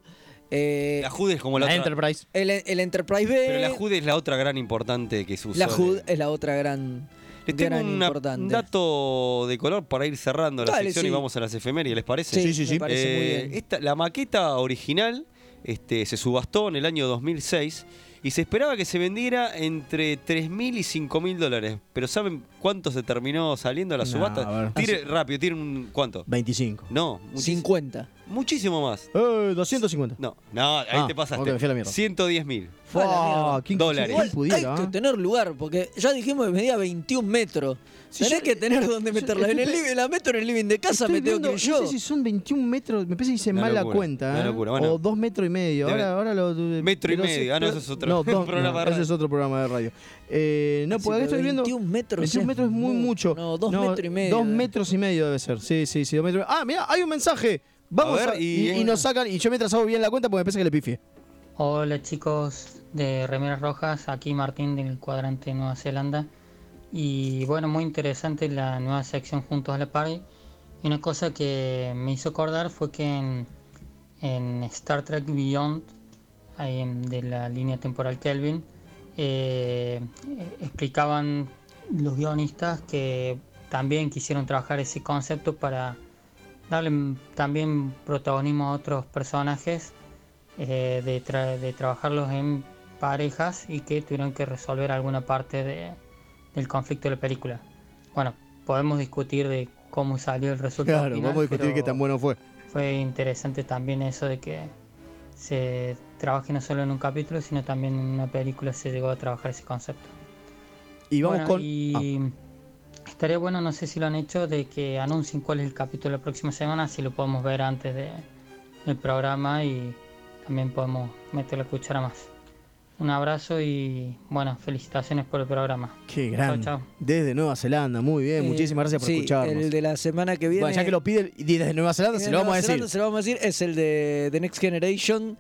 C: eh,
D: La Jude es como la,
B: La
D: otra.
B: Enterprise.
C: el, el Enterprise B.
D: Pero la Jude es la otra gran importante que se usó.
C: La
D: de-
C: HUD es la otra gran,
D: Les tengo
C: gran
D: una- un
C: importante.
D: dato de color para ir cerrando la
C: Dale,
D: sección y
C: sí.
D: vamos a las efemérides, ¿les parece?
C: Sí, Sí, sí, me sí. parece muy
D: Eh,
C: bien.
D: esta- la maqueta original este, se subastó en el año 2006 y se esperaba que se vendiera entre 3.000 y 5.000 dólares. Pero ¿saben cuánto se terminó saliendo la
B: No,
D: subasta?
B: a ver.
D: Tire rápido, tire un... ¿Cuánto?
B: 25.
D: No, muchis-
C: 50.
D: muchísimo más.
B: Eh, 250.
D: No, no, ahí
B: Ah,
D: te pasaste.
B: ok, me fui a la mierda.
D: 110.000.
C: Fue a la mierda.
B: Fua, ¿quién-
D: Dólares.
B: quién
C: Igual
B: pudiera,
C: hay
B: ah?
C: que tener lugar, porque ya dijimos que medía 21 metros. Tenés que
D: [LAUGHS]
C: tener dónde meterla. En el
B: estoy-
C: living, la meto en el living de casa,
B: Estoy
C: me tengo
B: viendo,
C: que ir yo.
B: No sé si son 21 metros, me parece que hice
D: Una
B: mal
D: locura,
B: la cuenta.
D: una
B: ¿eh?
D: locura, bueno.
B: O dos metros y medio.
D: Debe-
B: Ahora, ahora lo.
D: Metro y
B: pero
D: medio, ah, no, eso es otro [LAUGHS]
B: no, dos-
D: programa de
B: no, ese
D: radio.
B: es otro programa de radio. Eh, no,
C: Sí,
B: porque acá
C: pero
B: estoy viendo.
C: 21 metros
B: 21
C: es
B: metros es muy
C: mu-
B: mucho.
C: no, dos metros y medio eh.
B: Dos
C: debe-
B: metros y medio debe ser. Sí, sí, sí, dos metros. Ah, mira, hay un mensaje. Vamos
D: A ver,
B: a-
D: y-
B: y, y nos sacan. Y yo mientras hago bien la cuenta porque me parece que le pifié.
F: Hola chicos de Remeras Rojas, aquí Martín del cuadrante de Nueva Zelanda. Y bueno, muy interesante la nueva sección Juntos a la Party. Y una cosa que me hizo acordar fue que en, en Star Trek Beyond, ahí en- de la línea temporal Kelvin, eh, eh, explicaban los guionistas que también quisieron trabajar ese concepto para darle mm, también protagonismo a otros personajes eh, de, tra- de trabajarlos en parejas y que tuvieron que resolver alguna parte de- del conflicto de la película. Bueno, podemos discutir de cómo salió el resultado.
B: Claro,
F: final,
B: vamos a discutir
F: pero
B: qué tan bueno fue.
F: Fue interesante también eso de que se trabaje no solo en un capítulo, sino también en una película se llegó a trabajar ese concepto.
B: Y vamos
F: Bueno,
B: con. Ah,
F: y estaría bueno, no sé si lo han hecho, de que anuncien cuál es el capítulo la próxima semana, si lo podemos ver antes de, del programa y también podemos meter la cuchara más. Un abrazo y bueno, felicitaciones por el programa.
B: Qué
F: Chau,
B: grande.
F: chau.
B: Desde Nueva Zelanda, muy bien.
C: Eh,
B: Muchísimas gracias por
C: sí,
B: escucharnos.
C: El de la semana que viene.
B: Bueno, ya que lo pide y desde Nueva Zelanda,
C: Desde
B: se lo vamos
C: Nueva
B: a decir.
C: Zelanda se lo vamos a decir. Es el de The Next Generation,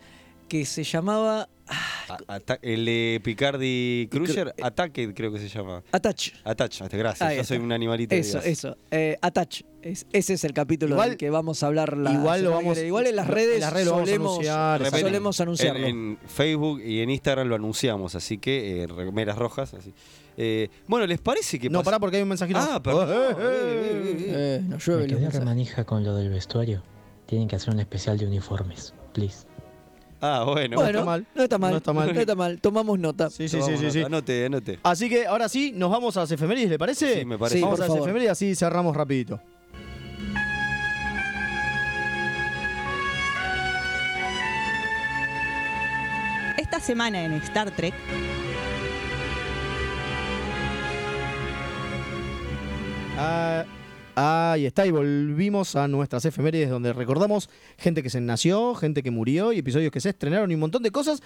C: que se llamaba ah,
D: A- ata- el de Picardi Cruiser, Ataque creo que se llama.
C: Attach.
D: Attach, gracias.
C: Ahí
D: Yo
C: está.
D: soy un animalito. de
C: Eso,
D: Dios.
C: eso. Eh, Attach. Es- ese es el capítulo
B: Igual-
C: del que vamos a hablar. La
B: igual lo
C: semana que
B: vamos-
C: viene. Igual en las
B: lo-
C: redes,
B: en las redes lo vamos a
C: solemos,
B: anunciar,
D: Repente,
C: solemos anunciarlo.
D: En, en Facebook y en Instagram lo anunciamos, así que eh, remeras rojas. Así. Eh, bueno, ¿les parece que
B: No,
D: pas-
B: pará porque hay un mensajito.
D: Ah,
B: más.
D: perdón.
B: Eh, eh, eh.
C: Eh, nos llueve
T: Me quedé
C: los mensajes.
B: eh.
T: remanija con lo del vestuario. Tienen que hacer un especial de uniformes, please.
D: Ah,
C: Bueno,
D: bueno.
C: no está mal. No está mal. No está mal. Tomamos nota.
B: Sí, sí, sí, sí, sí.
D: Anote, anote.
B: Así que ahora sí, nos vamos a las efemérides, ¿le parece?
D: Sí, me parece. Sí,
B: vamos
D: por
B: a las
D: favor.
B: efemérides, así cerramos rapidito.
R: Esta semana en Star Trek.
B: Ah, ahí está, y volvimos a nuestras efemérides donde recordamos gente que se nació, gente que murió y episodios que se estrenaron y un montón de cosas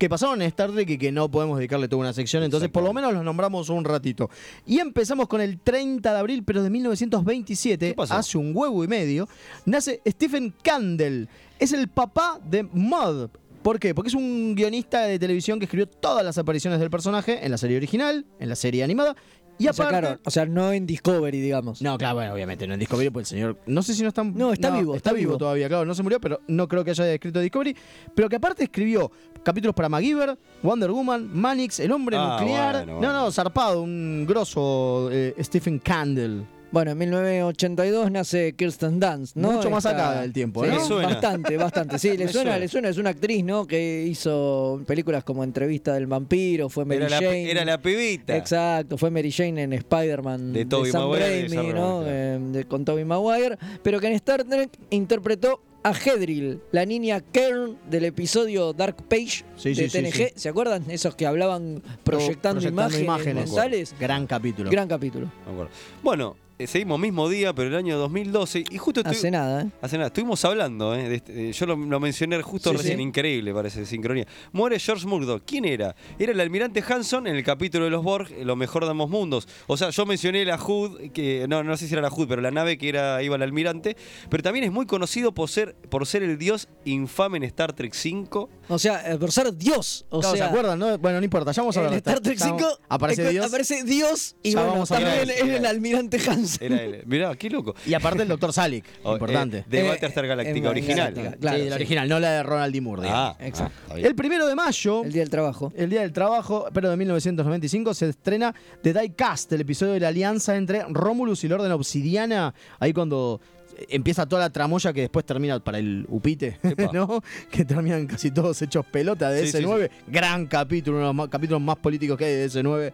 B: que pasaron en Star Trek y que no podemos dedicarle toda una sección, entonces por lo menos los nombramos un ratito. Y empezamos con el 30 de abril, pero de 1927, hace un huevo y medio, nace Stephen Candle. Es el papá de Mud. ¿Por qué? Porque es un guionista de televisión que escribió todas las apariciones del personaje en la serie original, en la serie animada y
C: o sea,
B: aparte-
C: claro, o sea, no en Discovery, digamos.
B: No, claro, bueno, obviamente, no en Discovery, pues el señor. No sé si no está.
C: No, está vivo,
B: Está,
C: está
B: vivo
C: vivo.
B: todavía, claro, no se murió, pero no creo que haya escrito Discovery. Pero que aparte escribió capítulos para MacGyver, Wonder Woman, Manix, El Hombre
D: Ah,
B: Nuclear.
D: bueno,
B: No, no, zarpado, un grosso eh, Stephen Candle.
C: Bueno, en 1982 nace Kirsten Dunst, ¿no?
B: Mucho más acá del tiempo,
C: Sí,
B: ¿no? Me suena.
C: Bastante, bastante.
B: [LAUGHS]
C: Sí, le suena,
B: Me suena.
C: le suena. Es una actriz, ¿no? Que hizo películas como Entrevista del Vampiro, fue Mary
D: Era la,
C: Jane.
D: era la pibita.
C: Exacto, fue Mary Jane en Spider-Man
D: De Tobey
C: Sam
D: Maguire y
C: Raimi,
D: Sam Raimi,
C: ¿no? Eh, de- con Tobey Maguire, pero que en Star Trek interpretó a Hedril, la niña Kern del episodio Dark Page
B: Sí, sí,
C: de
B: sí,
C: TNG.
B: sí.
C: ¿Se acuerdan? Esos que hablaban proyectando, imágenes, González.
B: Gran capítulo.
C: Gran capítulo.
D: Me acuerdo. Bueno, eh, seguimos mismo día, pero el año 2012. Y justo
C: Hace
D: estuvi-
C: nada, ¿eh?
D: Hace nada. Estuvimos hablando, ¿eh? de este- eh, yo lo, lo mencioné justo
C: Sí,
D: recién,
C: sí.
D: increíble parece, sincronía. Muere George Murdoch. ¿Quién era? Era el almirante Hanson en el capítulo de los Borg, eh, lo mejor de ambos mundos. O sea, yo mencioné la HUD, que no, no sé si era la HUD, pero la nave que era iba el almirante. Pero también es muy conocido por ser, por ser el dios infame en Star Trek 5.
C: O sea, eh, por ser Dios. O
B: Claro, ¿Se
C: sea,
B: acuerdan? no? Bueno, no importa, ya vamos a
C: en
B: hablar de
C: Star Trek
B: Ya
C: 5
B: vamos-
C: [LAUGHS]
B: aparece
C: eh,
B: Dios.
C: aparece Dios y
B: Ya
C: bueno,
B: vamos a hablar de
C: también
B: eso.
C: es el almirante Hansen.
D: Era
B: [LAUGHS]
D: él. Mirá, qué loco.
B: Y aparte el
C: [LAUGHS]
B: Doctor Salic,
D: Oh, eh,
B: importante.
D: de Battlestar Galactica,
C: eh,
D: original.
C: Galactica,
B: Claro,
C: claro,
B: la
C: sí.
B: original, no la de Ronald D. Moore. digamos.
D: Ah, exacto.
B: El primero de mayo. El
C: Día del Trabajo.
B: El Día del Trabajo, pero de 1995, se estrena The Diecast, el episodio de la alianza entre Romulus y el Orden Obsidiana. Ahí cuando eh, empieza toda la tramoya que después termina para el Upite, [LAUGHS] ¿no? Que terminan casi todos hechos pelota de
D: Sí, sí,
B: S9. Gran capítulo, uno de los más- capítulos más políticos que hay de S9.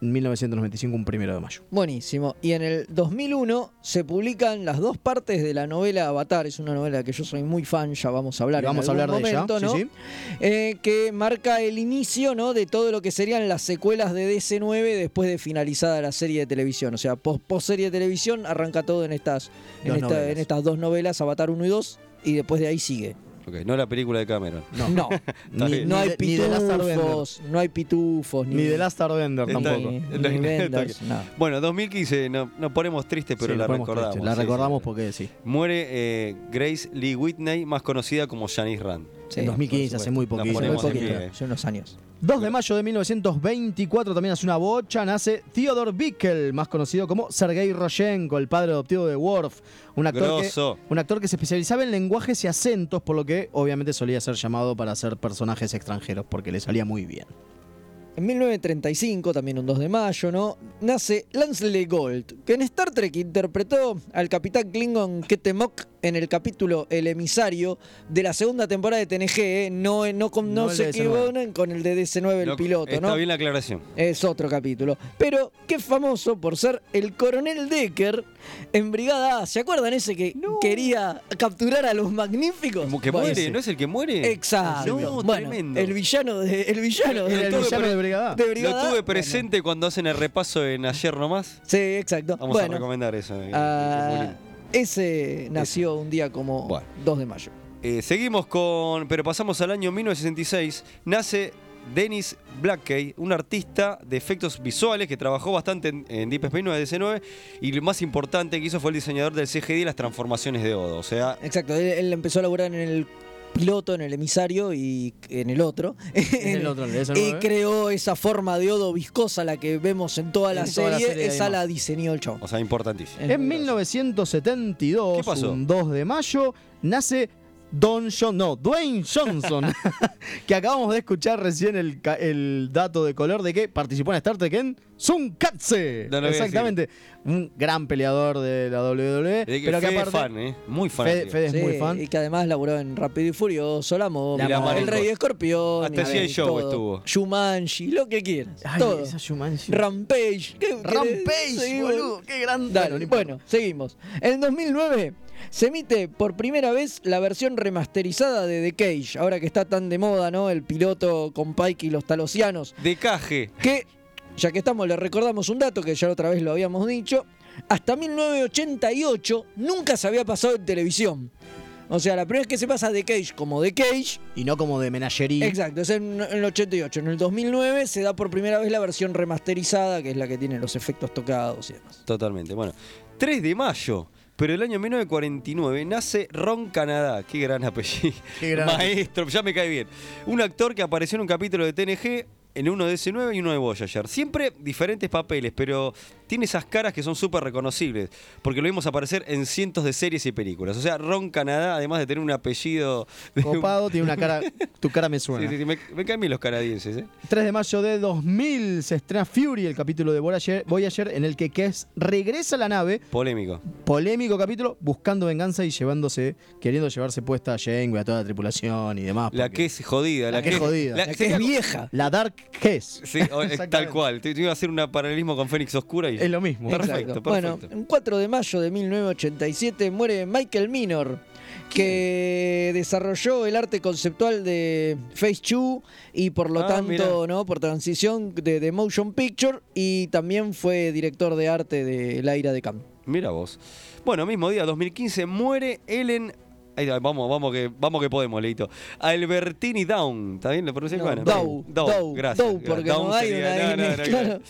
B: 1995, un primero de mayo.
C: Buenísimo. Y en el 2001 se publican las dos partes de la novela Avatar. Es una novela que yo soy muy fan, ya vamos a hablar.
B: Y
C: en
B: vamos a
C: algún
B: hablar de ella,
C: momento,
B: sí,
C: ¿no?
B: sí.
C: Eh, que marca el inicio ¿no? de todo lo que serían las secuelas de DC9 después de finalizada la serie de televisión. O sea, post, post serie de televisión arranca todo en estas, en,
D: Dos
C: esta-
D: novelas.
C: en estas dos novelas, Avatar 1 y 2, y después de ahí sigue.
D: Ok, no la película de Cameron.
C: No. No.
D: Está
C: Ni-
D: bien.
C: no hay
B: de- ni de Last
C: pitufos, no hay pitufos, ni,
B: Ni The Last Airbender
D: Está
B: tampoco.
D: bien.
C: ni
D: Lo- está
C: Benders,
D: bien.
C: nada.
D: Bueno, 2015 no- nos ponemos tristes, pero
B: Sí,
D: la
B: nos ponemos
D: recordamos.
B: tristes, La
D: sí, sí.
B: recordamos porque sí.
D: Muere eh, Grace Lee Whitney, más conocida como Janice Rand.
C: Sí,
B: En 2015,
D: por
B: hace muy
D: supuesto.
B: poquito.
D: Nos ponemos
B: Muy
D: en
B: poquito.
D: pie.
C: Hace unos años.
B: 2 de mayo de 1924, también hace una bocha, nace Theodore Bickel, más conocido como Sergei Roshenko, el padre adoptivo de Worf. Un actor, que,
D: Grosso.
B: un actor que se especializaba en lenguajes y acentos, por lo que obviamente solía ser llamado para hacer personajes extranjeros, porque le salía muy bien.
C: En 1935, también un 2 de mayo, ¿no? Nace Lansley Gold, que en Star Trek interpretó al capitán Klingon Ketemok en el capítulo El emisario de la segunda temporada de TNG, ¿eh? No, eh, no, con- no
D: No el
C: se
D: de DC9.
C: equivocan con el de DC9, el
D: Lo-
C: piloto,
D: Está
C: ¿no?
D: bien la aclaración.
C: Es otro capítulo. Pero qué famoso por ser el coronel Decker en Brigada A. ¿Se acuerdan ese que quería capturar a los magníficos?
D: Que
C: Bueno,
D: muere,
C: ese.
D: ¿no es el que muere?
C: Exacto.
D: No,
C: bueno,
D: tremendo.
C: el villano de, el villano
D: Era
C: del
D: el
C: todo,
D: villano
C: pero-
D: de
B: Brigada.
C: de Brigada
D: Lo
C: A.
D: tuve presente cuando hacen el repaso en ayer nomás.
C: Sí, exacto.
D: Vamos
C: bueno,
D: a recomendar eso. eh,
C: ah,
D: muy lindo.
C: ese nació un día como 2 de mayo.
D: Eh, seguimos con. Pero pasamos al año 1966. Nace Dennis Blackkey, un artista de efectos visuales que trabajó bastante en, en Deep Space 9 DC9. Y lo más importante que hizo fue el diseñador del CGD y las transformaciones de Odo. O sea,
C: Exacto, él, él empezó a laburar en el piloto, en el emisario y en el otro. [LAUGHS]
B: el otro, el de ese
C: y
B: nuevo, ¿eh?
C: creó esa forma de odo viscosa, la que vemos en toda la,
B: En toda
C: serie,
B: la serie la
C: Esa
B: vimos.
C: la diseñó el chavo.
D: o sea importantísimo.
B: En 1972,
D: ¿Qué pasó?
B: un 2 de mayo, nace Don John, no, Dwayne Johnson,
D: [LAUGHS]
B: que acabamos de escuchar recién el, ca- el dato de color de que participó en Star Trek en Sunkatse.
D: No lo voy a decir.
B: Exactamente, un gran peleador de la WWE.
D: De que
B: pero que
D: Fede es
B: aparte,
D: fan, ¿eh? Muy fan.
B: Fede-
D: tío.
B: Fede es muy
C: Sí,
B: fan.
C: Y que además laburó en Rápido y Furioso, La Momia,
D: Y La Marenco.
C: El Rey de Escorpión.
D: Hasta
C: y-
D: G.I.
C: y
D: Joe
C: todo.
D: estuvo.
C: Shumanji, lo que quieras.
B: Ay,
C: todo.
B: esa Shumanji.
C: Rampage. ¿qué querés?
B: Rampage,
C: Sí,
B: boludo, qué grande.
C: Dale, bueno, seguimos. En 2009 se emite por primera vez la versión remasterizada de The Cage, ahora que está tan de moda, ¿no? El piloto con Pike y los talosianos.
D: De caje.
C: Que, ya que estamos, le recordamos un dato que ya otra vez lo habíamos dicho. Hasta 1988 nunca se había pasado en televisión. O sea, la primera vez que se pasa The Cage como The Cage.
B: Y no como de menagería.
C: Exacto, es en, en el 88. En el 2009 se da por primera vez la versión remasterizada, que es la que tiene los efectos tocados y demás.
D: Totalmente. Bueno, 3 de mayo, pero el año 1949 nace Ron Canadá. Qué gran apellido.
B: Qué gran
D: Maestro, ya me cae bien. Un actor que apareció en un capítulo de TNG, en uno de S9 y uno de Voyager. Siempre diferentes papeles, pero tiene esas caras que son súper reconocibles, porque lo vimos aparecer en cientos de series y películas. O sea, Ron Canadá, además de tener un apellido de un-
B: Copado, tiene una cara, tu cara me suena.
D: Sí, sí, sí, me, me caen bien los canadienses, ¿eh?
B: 3 de mayo de 2000 se estrena Fury, el capítulo de Voyager, Voyager en el que Kes regresa a la nave
D: Polémico.
B: polémico capítulo, buscando venganza y llevándose, queriendo llevarse puesta a Janeway, a toda la tripulación y demás.
D: La que
B: porque-
D: es jodida. La,
B: que es jodida.
D: la- sería-
C: vieja.
B: La Dark Kes.
D: Sí, o- es tal cual. Te, te iba a hacer un paralelismo con Fénix Oscura y.
B: Es lo mismo.
D: Perfecto,
C: Exacto.
D: perfecto.
C: Bueno, un 4 de mayo de 1987 muere Michael Minor, que desarrolló el arte conceptual de Face Chu y por lo
D: Ah,
C: tanto,
D: mirá.
C: ¿no? Por transición de, de Motion Picture y también fue director de arte de La Ira de Khan.
D: Mira vos. Bueno, mismo día, 2015, muere Ellen. Ahí está, vamos, vamos que, vamos que podemos, Leito. Albertini Down. ¿Está bien? ¿Lo pronuncié?
C: No,
D: Bueno,
C: Dow,
D: Dow,
C: Dow,
D: gracias.
C: Dow, porque
D: Down
C: no hay
D: sería-
C: una N, claro.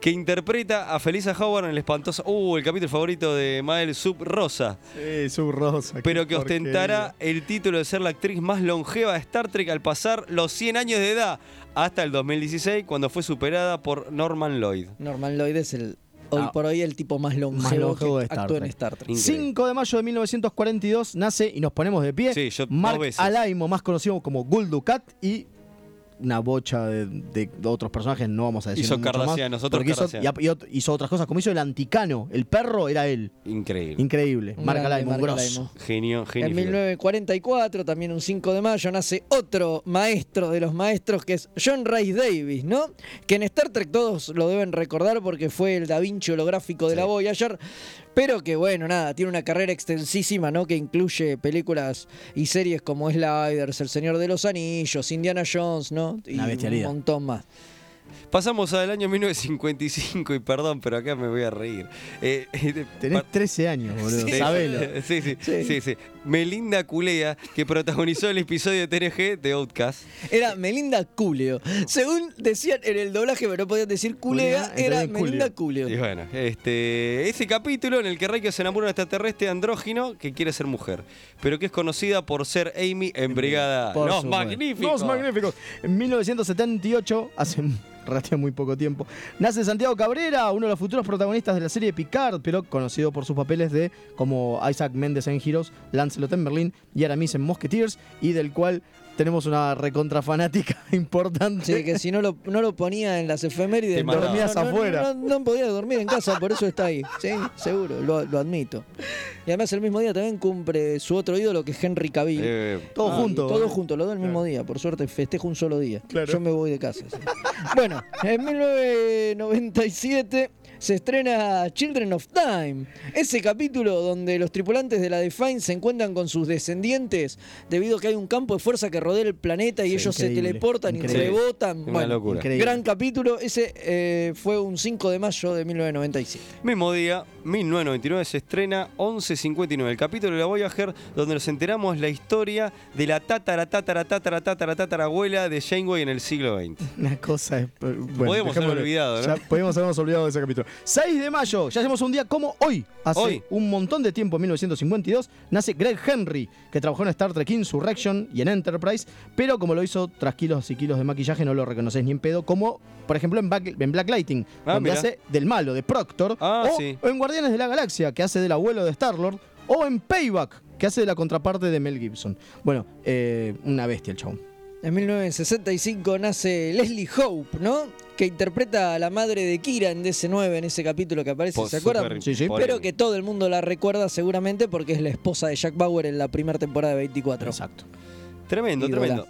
D: Que interpreta a Felisa Howard en el espantoso. Uh, el capítulo favorito de Mael Sub Rosa.
B: Sí, Sub Rosa. qué
D: Pero que ostentará
B: porquería.
D: el título de ser la actriz más longeva de Star Trek al pasar los 100 años de edad, hasta el 2016, cuando fue superada por Norman Lloyd.
C: Norman Lloyd es el hoy
D: Ah.
C: por hoy el tipo más longevo,
B: Más longevo de
C: que
B: Star
C: actúa en
B: Trek.
C: Star Trek.
D: Increíble.
B: 5 de mayo de 1942 nace y nos ponemos de pie.
D: Sí, yo dos
B: Mark
D: veces.
B: Alaimo, más conocido como Guldukat y una bocha de, de otros personajes, no vamos a decir
D: Hizo
B: mucho más,
D: Cardassianos, otros
B: porque hizo,
D: Cardassianos.
B: y ap- y ot- hizo otras cosas, como hizo el anticano, el perro era él.
D: Increíble.
B: Increíble.
C: Un
B: Mark
C: grande
B: Alaimo, un
C: Mark
B: grosso.
C: Alaimo.
D: Genio, genio.
C: En 1944, también un 5 de mayo, nace otro maestro de los maestros que es John Rice Davis, ¿no? Que en Star Trek todos lo deben recordar porque fue el Da Vinci holográfico de la Voyager, pero que bueno, nada, tiene una carrera extensísima, ¿no? Que incluye películas y series como Sliders, El Señor de los Anillos, Indiana Jones, ¿no? Y
B: Una
C: un
B: bestialidad.
C: montón más.
D: Pasamos al año 1955 y perdón, pero acá me voy a reír. Eh, [LAUGHS] eh,
B: Tenés
D: par-
B: 13 años, boludo.
D: Sí,
B: Sabelo.
D: [LAUGHS] Sí, sí, sí, sí. Melinda Culea, que protagonizó el episodio de TNG de Outcast.
C: Era Melinda Culeo. Según decían en el doblaje, pero no podían decir culea,
B: Culea,
C: era
B: entonces
C: Melinda Culeo.
D: Y bueno, este, ese capítulo en el que Raikio se enamora de un extraterrestre andrógino que quiere ser mujer, pero que es conocida por ser Amy en Brigada.
B: Por
D: Los
B: supuesto.
D: Magníficos.
B: Los magníficos. En 1978, hace [LAUGHS] relativamente muy poco tiempo, nace Santiago Cabrera, uno de los futuros protagonistas de la serie Picard, pero conocido por sus papeles de como Isaac Méndez en Heroes, Lancelot en Berlín y Aramis en Mosketeers, y del cual tenemos una recontra fanática [LAUGHS] importante.
C: Sí, que si no lo, no lo ponía en las efemérides.
D: Te
C: no-
B: dormías
C: no, no,
B: afuera.
C: No, no podía dormir en casa, por eso está ahí. Sí, seguro, lo, lo admito. Y además el mismo día también cumple su otro ídolo que es Henry Cavill.
D: Eh,
B: Todos
C: Ah,
B: juntos.
C: Todos juntos, los dos el mismo día. Por suerte, festejo un solo día. Yo me voy de casa. [LAUGHS] sí. bueno, en 1997 se estrena Children of Time. Ese capítulo donde los tripulantes de la Define se encuentran con sus descendientes debido a que hay un campo de fuerza que rodea el planeta y
B: Sí,
C: ellos se
B: increíble,
C: teleportan y
B: increíble.
C: rebotan.
D: Una
C: Bueno,
D: locura.
B: Increíble.
C: Gran capítulo. Ese eh, fue un 5 de mayo de 1997.
D: Mismo día, 1999, se estrena 1159, el capítulo de la Voyager, donde nos enteramos la historia de la tatara, tatara, tatara, tatara, tatara abuela de Janeway en el siglo XX.
B: Una cosa es. eh, Bueno,
D: Podemos haber
B: dejémoslo.
D: olvidado, ¿no?
B: Ya podemos habernos olvidado de ese capítulo. 6 de mayo, ya hacemos un día como hoy. Hace
D: Hoy.
B: un montón de tiempo, en 1952, nace Greg Henry, que trabajó en Star Trek Insurrection y en Enterprise, pero como lo hizo tras kilos y kilos de maquillaje, no lo reconocés ni en pedo, como por ejemplo en Black, en Black Lighting,
D: Ah,
B: donde
D: mirá.
B: hace del malo, de Proctor,
D: Ah,
B: o
D: sí.
B: en Guardianes de la Galaxia, que hace del abuelo de Star-Lord, o en Payback, que hace de la contraparte de Mel Gibson. Bueno, eh, una bestia el chabón.
C: En 1965 nace Leslie Hope, ¿no? Que interpreta a la madre de Kira en DC9, en ese capítulo que aparece,
D: Pues,
C: ¿se acuerdan?
D: súper Sí, sí.
C: Pero que todo el mundo la recuerda seguramente porque es la esposa de Jack Bauer en la primera temporada de 24.
B: Exacto.
D: Tremendo,
C: Ídola.
D: tremendo.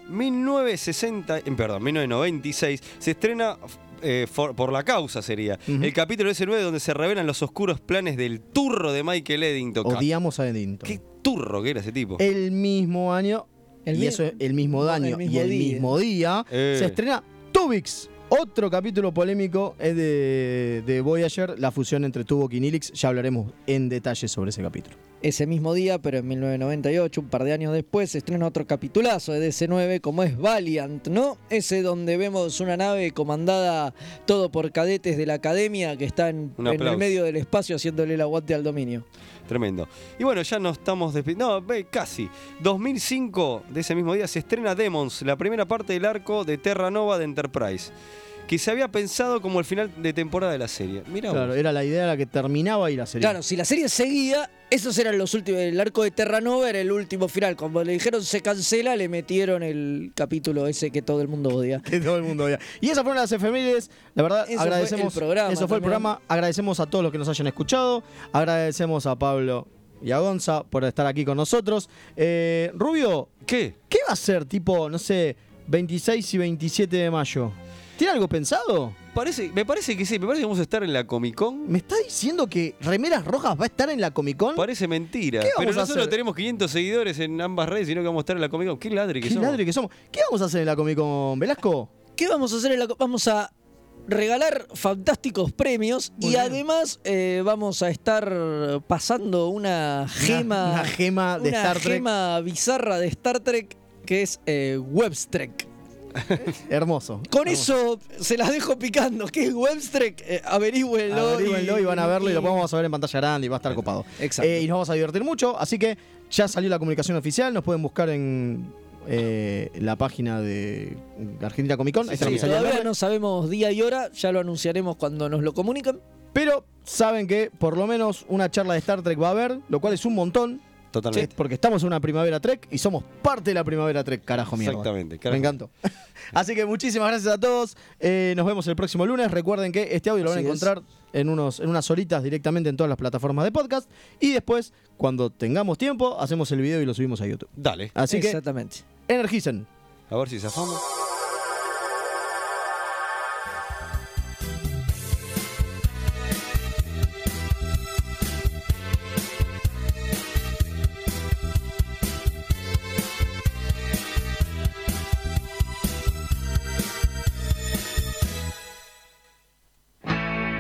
D: 1960, eh, perdón, 1996 se estrena eh, for- por la causa sería el capítulo S9 donde se revelan los oscuros planes del turro de Michael Eddington.
B: Odiamos a Eddington.
D: Qué turro que era ese tipo.
B: El mismo año,
D: El
B: y
D: mi-
B: eso es el mismo daño,
D: mismo
B: y el
D: día.
B: mismo día,
D: Eh.
B: se estrena Tubix. Otro capítulo polémico es de, de Voyager, la fusión entre Tubok y Nilix. Ya hablaremos en detalle sobre ese capítulo.
C: Ese mismo día, pero en 1998, un par de años después, se estrena otro capitulazo de DC9, como es Valiant, ¿no? Ese donde vemos una nave comandada todo por cadetes de la academia que está en, en
D: Un
C: el
D: aplauso.
C: medio del espacio haciéndole el aguante al dominio.
D: Tremendo. Y bueno, ya nos estamos despidiendo. No, ve, casi. 2005, de ese mismo día, se estrena Demons, la primera parte del arco de Terra Nova de Enterprise, que se había pensado como el final de temporada de la serie. Mira,
B: Claro, eh. era la idea la que terminaba y la serie.
C: Claro, si la serie seguía, esos eran los últimos. El arco de Terranova era el último final. Cuando le dijeron se cancela, le metieron el capítulo ese que todo el mundo odia.
B: [LAUGHS] que todo el mundo odia. Y esas fueron las efemérides. La verdad,
C: Eso fue
B: agradecemos.
C: el programa
B: eso fue
C: también.
B: el programa. Agradecemos a todos los que nos hayan escuchado. Agradecemos a Pablo y a Gonza por estar aquí con nosotros. Eh, Rubio,
D: ¿qué?
B: ¿Qué va a ser, tipo, no sé, 26 y 27 de mayo? ¿Tiene algo pensado?
D: Parece, me parece que sí, me parece que vamos a estar en la Comic Con.
B: ¿Me está diciendo que Remeras Rojas va a estar en la Comic Con?
D: Parece mentira.
B: ¿Mm? ¿Qué vamos
D: Pero
B: a
D: nosotros
B: hacer?
D: tenemos 500 seguidores en ambas redes, sino que vamos a estar en la Comic Con. Qué ladre que
B: Qué
D: somos.
B: ladre que somos. ¿Qué vamos a hacer en la Comic Con, Velasco?
C: ¿Qué vamos a hacer en la co- Vamos a regalar fantásticos premios y además eh, vamos a estar pasando una gema.
B: una gema de
C: una
B: Star Trek.
C: gema bizarra de Star Trek que es eh, Webstrek.
B: Hermoso.
C: Con eso se las dejo picando. ¿Qué es Webstrek? Eh, averígüenlo. y-
B: Averígüenlo y van a verlo y lo vamos a ver en pantalla grande y va a estar copado.
C: Exacto.
B: Eh, y nos vamos a divertir mucho, así que ya salió la comunicación oficial, nos pueden buscar en eh, la página de Argentina Comic Con. ahí está la
C: Sí,
B: oficial del
C: todavía
B: nombre.
C: no sabemos día y hora, ya lo anunciaremos cuando nos lo comunican.
B: Pero saben que por lo menos una charla de Star Trek va a haber, lo cual es un montón.
D: Totalmente.
B: Sí, Porque estamos en una primavera Trek y somos parte de la primavera Trek, carajo mierda.
D: Exactamente, carajo.
B: Me encantó. [LAUGHS] Así que muchísimas gracias a todos. Eh, nos vemos el próximo lunes. Recuerden que este audio lo van a
C: Así es.
B: encontrar en, unos, en unas horitas directamente en todas las plataformas de podcast. Y después, cuando tengamos tiempo, hacemos el video y lo subimos a YouTube.
D: Dale.
B: Así que
C: Exactamente.
B: energicen.
D: A ver si zafamos.